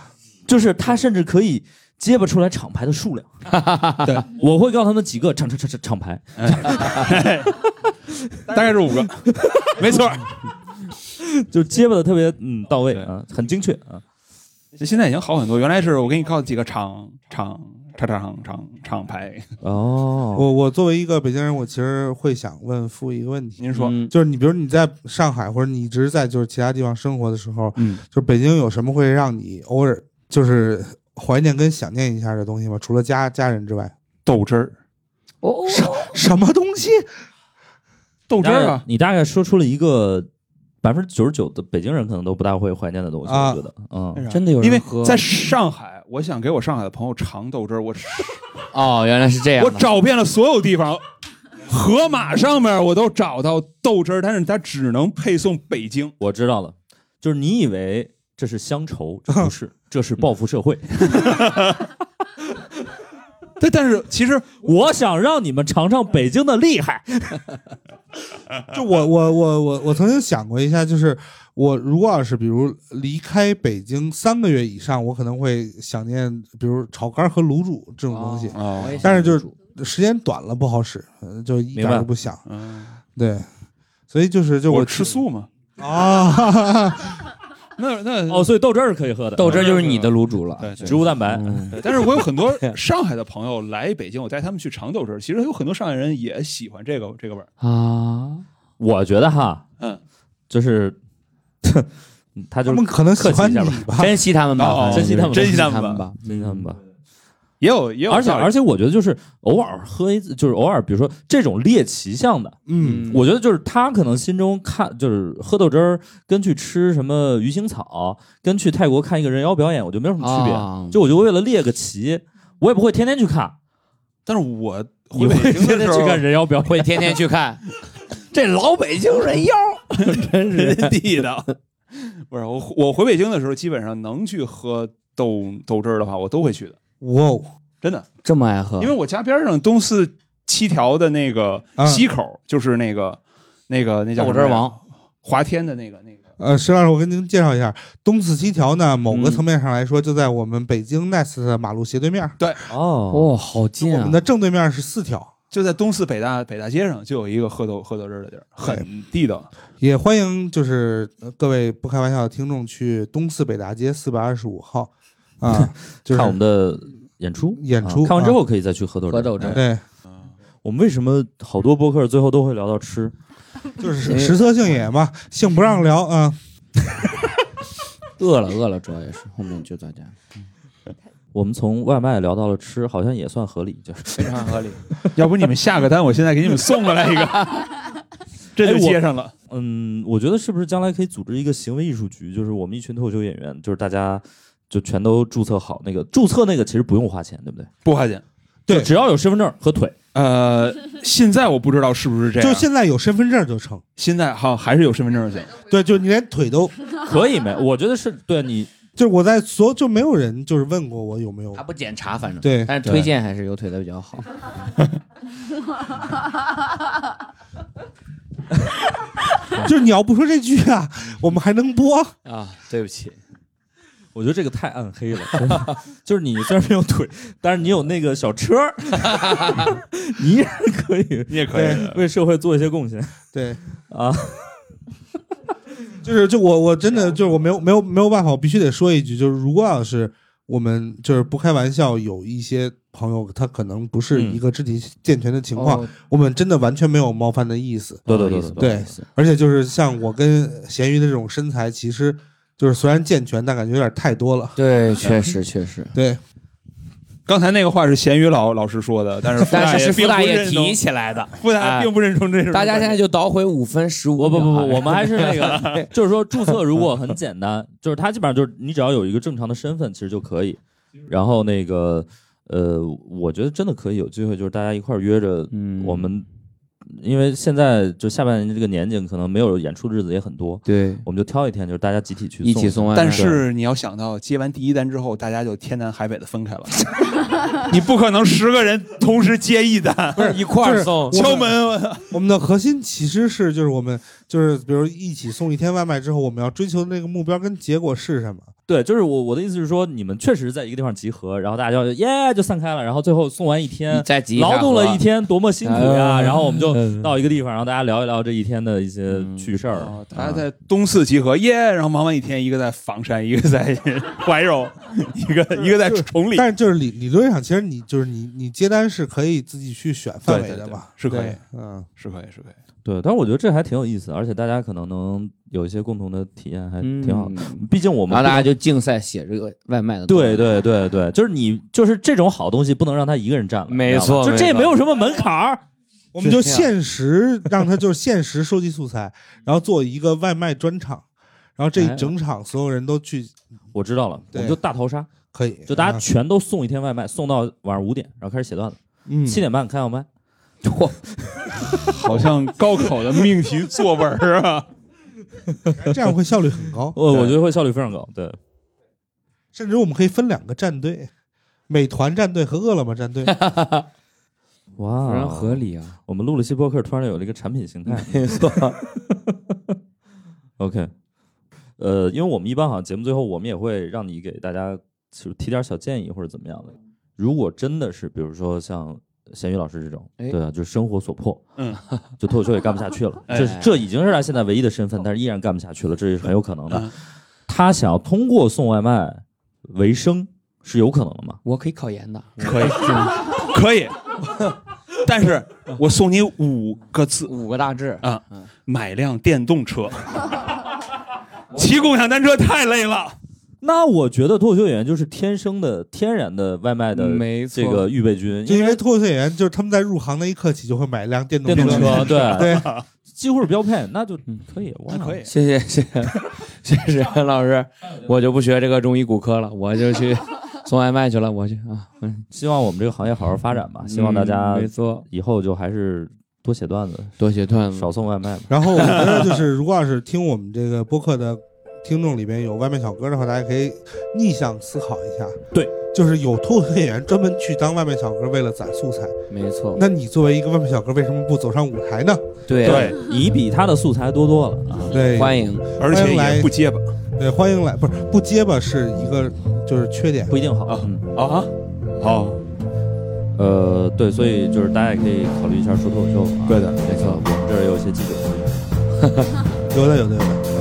S1: 就是他甚至可以结巴出来厂牌的数
S4: [LAUGHS]
S1: 量。
S3: 对，
S1: 我会告诉他们几个厂厂厂厂厂牌，
S3: 大概是五
S4: [LAUGHS]
S3: 个， [LAUGHS] 没错。
S1: 就结巴的特别嗯到位
S3: 对
S1: 啊，很精确啊。
S3: 现在已经好很多，原来是我给你告几个厂厂厂厂厂厂牌。
S1: 哦，
S2: 我我作为一个北京人，我其实会想问傅一个问题，
S3: 您说，
S4: 嗯
S2: 就是你比如你在上海或者你一直在就是其他地方生活的时候，
S3: 嗯，
S2: 就是北京有什么会让你偶尔就是怀念跟想念一下的东西吗？除了家家人之外，
S3: 豆汁儿，
S4: 哦，
S2: 什么东西？
S3: 豆啊
S1: 你大
S4: 啊
S1: 概！你大概说出了一个百分之九十九的北京人可能都不大会怀念的东西，
S2: 啊
S1: 我觉得，嗯，
S4: 真的有人
S3: 因为
S4: 喝
S3: 在上海，我想给我上海的朋友尝豆汁儿，我
S4: 哦，原来是这样
S3: 我
S4: 的。
S3: 找遍了所有地方，河马上面我都找到豆汁儿，但是它只能配送北京。
S1: 我知道了，就是你以为这是乡愁，这不
S4: [LAUGHS]
S1: 是，这是报复社会。
S3: 但但是其实
S1: 我想让你们尝尝北京的厉害。
S2: 就我我我我我曾经想过一下，就是我如果要是比如离开北京三个月以上，我可能会想念比如炒肝和卤煮这种东西，
S4: 哦我也想
S2: 但是就是
S4: 煮
S2: 时间短了不好使，呃就一点
S1: 明白
S2: 儿都不想。
S3: 嗯，
S2: 对，所以就是就
S3: 我
S2: 我
S3: 吃素嘛，
S2: 啊，
S3: [LAUGHS] 那那
S1: 哦，所以豆汁儿是可以喝的，
S4: 嗯
S1: 嗯
S4: 豆汁儿就是你的卤煮了。
S3: 对
S1: 植物蛋白。
S4: 嗯，
S3: 对但是我有很多上海的朋友来北京，我带他们去尝豆汁儿，其实有很多上海人也喜欢这个这个味儿。
S4: 啊，
S1: 我觉得哈，
S3: 嗯，
S1: 就是。 [LAUGHS] 他
S2: 他
S1: 就
S2: 们
S1: 是
S2: 可能喜
S1: 客气
S2: 欢
S1: 一
S2: 你
S1: 下吧
S2: 吧，
S4: 珍惜他们吧
S3: 哦，
S1: 珍惜他们吧
S4: 珍
S3: 珍惜他们
S4: 们
S3: 吧
S4: 吧。
S1: 真他们吧，
S3: 也有也有道
S1: 而
S3: 理，
S1: 且而且我觉得就是偶尔喝一次，就是偶尔，比如说这种猎奇向的，
S2: 嗯
S1: 我觉得就是他可能心中看就是喝豆汁儿，跟去吃什么鱼腥草，跟去泰国看一个人妖表演，我觉得没有什么区别。
S4: 啊
S1: 就我就为了猎个奇，我也不会天天去看，
S3: 但是我
S1: 你
S3: 回
S1: 会
S3: 北
S1: 天天
S3: 京的时
S1: 去
S3: 候，
S1: 看人妖表演，
S4: [LAUGHS] 会天天去看这老北京人妖，
S3: [LAUGHS]
S1: 真是
S3: 人家地道。 [LAUGHS] 不是我我回北京的时候，基本上能去喝豆豆汁儿的话，我都会去的，
S1: 嗯
S2: 哇哦，
S3: 真的，
S4: 这么爱喝
S3: 因为我家边上东四七条的那个
S2: 啊
S3: 西口，就是那个那个那叫
S4: 豆
S3: 什么
S4: 汁儿
S3: 来着
S4: 王，
S3: 华天的那个那个。
S2: 呃，石老师，我跟您介绍一下，东四七条呢，某个
S3: 嗯
S2: 层面上来说，就在我们北京 NEXT 的马路斜对面儿，
S1: 哦，
S4: 哇，好
S2: 就
S4: 近
S2: 我
S4: 啊
S2: 们！的正对面是四条。
S3: 就在东四北大北大街上，就有一个喝豆喝豆汁儿的地儿，
S4: 哎
S3: 很地道。
S2: 也欢迎就是呃各位不开玩笑的听众去东四北大街四百二十五号
S4: [LAUGHS]
S2: 啊，就是
S1: 看我们的演出，
S2: 演出
S1: 啊看完之后可以再去喝豆汁。
S4: 喝豆汁儿，
S2: 对，
S1: 我们为什么好多播客最后都会聊到吃？
S4: 哎
S2: 就是食色性也嘛，性不让聊啊。
S4: 饿了饿了，主要也是后面就在家，
S1: 我们从外卖聊到了吃，好像也算合理，就是
S4: 非常合理。
S3: 要不你们下个单，我现在给你们送过来
S4: [LAUGHS]
S3: 一个，这
S4: 哎
S3: 就接上了。
S1: 嗯，我觉得是不是将来可以组织一个行为艺术局？就是我们一群脱口秀演员，就是大家就全都注册好那个注册那个，其实不用花钱，对不对？
S3: 不花钱。
S2: 对
S1: 就只要有身份证和 [LAUGHS] 腿，
S3: 呃，现在我不知道是不是
S4: 啊
S3: 这样。
S2: 就现在有身份证就成，
S3: 现在好还是有身份证就行。
S2: 对，啊就你连腿都，
S1: 可以没？我觉得是对啊你
S2: 就是我在所有就没有人就是问过我有没有
S4: 他，不检查，反正
S2: 对
S4: 但是
S1: 对
S4: 推荐还是有腿的比较好。
S2: 就是你要不说这句啊，我们还能播。
S4: 啊，对不起，
S1: 我觉得这个太暗黑
S2: [LAUGHS]
S1: 了，真的就是你虽然没有腿，但是你有那个小车
S2: [LAUGHS]
S1: 儿，你也是可以
S3: 你也可
S2: 以
S1: 为社会做一些贡献
S2: 对，
S1: 啊。
S2: 就是就我我真的就是我没有没有没有办法，我必须得说一句，就是如果要是我们就是不开玩笑，有一些朋友他可能不是一个肢体健全的情况，
S4: 哦
S2: 我们真的完全没有冒犯的意思。
S1: 对
S4: 不好
S1: 对对
S4: 意思
S1: 对
S4: 不好意
S2: 对
S4: 思
S2: 而且就是像我跟咸鱼的这种身材，其实就是虽然健全，但感觉有点太多了。
S4: 对，确实确实，
S2: 对，
S3: 刚才那个话是咸鱼老老师说的，但是
S4: 但是是
S3: 傅
S4: 傅大
S3: 大
S4: 爷
S3: 爷并不认同
S4: 提，起来的。
S3: 傅大爷并不认同这种。
S4: 大家现在就倒回五分十
S1: [LAUGHS]
S4: 五
S1: 我
S4: 秒
S1: 不
S4: 啊，
S1: 不不，我们还是那个，就是说注册如果很简单，就是它基本上就是你只要有一个正常的身份，其实就可以。然后那个呃，我觉得真的可以有机会，就是大家一块儿约着
S4: [LAUGHS] 嗯
S1: 我们，因为现在就下半年这个年景，可能没有演出的日子也很多，
S4: 对
S1: 我们就挑一天，就是大家集体去
S4: 一起送外卖，
S3: 但是你要想到，接完第一单之后，大家就天南海北的分开了。 [LAUGHS] 你不可能十个人同时接一单，
S4: [LAUGHS] 不是一块儿送
S2: 就，是
S3: 敲门。我
S2: 我们的核心其实是就是我们就是比如一起送一天外卖之后，我们要追求的那个目标跟结果是什么？
S1: 对，就是我我的意思是说，你们确实在一个地方集合，然后大家就耶就散开了，然后最后送完一
S4: 你
S1: 天，
S4: 再集
S1: 劳动了一
S4: 天，
S1: 天多么辛苦呀，
S4: 哎
S1: 然后我们就
S4: 嗯
S1: 到一个地方，然后大家聊一聊这一天的一些
S4: 嗯
S1: 趣事儿。
S3: 哦大家在东四集合，耶！然后忙完一天，一个在房山，一个在怀柔， [LAUGHS] 一个一个在崇礼，
S2: 但是就是理理论上，其实你就是你你接单是可以自己去选范围的嘛，
S3: 对对对
S2: 对
S3: 是可以，
S2: 嗯，
S3: 是可以，是可以。
S1: 对，但是我觉得这还挺有意思，而且大家可能能有一些共同的体验，还挺好。
S4: 嗯
S1: 毕竟我们
S4: 然后
S1: 不
S4: 大家
S1: 能
S4: 就竞赛写这个外卖的，
S1: 对，对对对，就是你就是这种好东西不能让他一个人占了，你
S4: 没
S1: 知道
S4: 错
S1: 吗就这
S4: 没
S1: 也
S4: 错
S1: 没有什么门槛儿。
S2: 我们就是
S4: 这样
S2: 限时让他就是限时收集素材，然后做一个外卖专场，然后这一整场所有人都去
S1: 我知道了，我
S2: 对
S1: 们就大逃杀，
S2: 可以，
S1: 就大家
S2: 啊
S1: 全都送一天外卖，送到晚上五点，然后开始写段子，
S2: 嗯
S1: 七点半开小 [LAUGHS] 麦。
S4: 嚯，
S3: 好像高考的命题作文儿啊！
S2: 嗯这样会效率很
S1: [LAUGHS]
S2: 高，
S1: 我我觉得会效率非常高。对，
S2: 甚至我们可以分两个战队，美团战队和饿了么战队，
S4: 非
S1: 哇
S4: 常合。理啊，
S1: 我们录了期播客，突然有了一个产品形态。
S4: 没错，
S1: [LAUGHS] OK，呃，因为我们一般好像节目最后，我们也会让你给大家就是提点小建议或者怎么样的。如果真的是，比如说像咸鱼老师这种，
S4: 哎
S1: 对啊，就是生活所迫，
S3: 嗯，
S1: [LAUGHS] 就脱口秀也干不下去了，
S3: 哎哦
S1: 这是这已经是他现在唯一的身份，但是依然干不下去了，这是很有可能
S3: 嗯
S1: 的。他想要通过送外卖为生是有可能的吗？
S4: 我可以考研的，
S3: 可以，可以。但是我送你五个字
S4: 五个大志，
S3: 啊，买辆电动车。
S4: [LAUGHS]
S3: 骑共享单车太累了，
S6: 那我觉得脱口秀演员就是天生的、天然的外卖
S1: 呃
S6: 的
S4: 没错
S6: 这个预备军，
S2: 就
S6: 因
S2: 因为
S6: 为
S2: 脱口秀演员，就是他们在入行那一刻起就会买一辆电动
S6: 电动车对
S2: [LAUGHS] 对，
S6: 几乎是标配，那就嗯可以，我
S3: 那可以。
S4: 谢谢谢谢 [LAUGHS] 谢谢沈阳老师，我就不学这个中医骨科了，我就 [LAUGHS] 去送外卖去了，我去啊，嗯，
S6: 希望我们这个行业好好发展吧，希望大家
S4: 没错，
S6: 以后就还是多写段子，
S4: 多写段子
S6: 少，送外卖
S2: [LAUGHS]
S6: 吧。
S2: 然后我觉得就是，如果要是听我们这个播客的听众里边有外卖小哥的话，大家可以逆向思考一下。
S6: 对，
S2: 就是有脱口秀演员专门去当外卖小哥，为了攒素材。
S4: 没错，
S2: 那你作为一个外卖小哥，为什么不走上舞台呢？
S4: 对
S3: 对，
S6: 你比他的素材多多了啊！
S2: 对，
S4: 欢迎，
S3: 而且也不结巴
S2: 对欢迎来，不是不结巴是一个就是缺点。
S6: 不一定好。
S3: 啊
S6: 嗯，
S4: 哦
S3: 啊。好，
S6: 呃，对，所以就是大家也可以考虑一下说脱口秀嘛。
S3: 对的
S6: 没错，我们这儿也有一些记者。
S2: 有的有的有的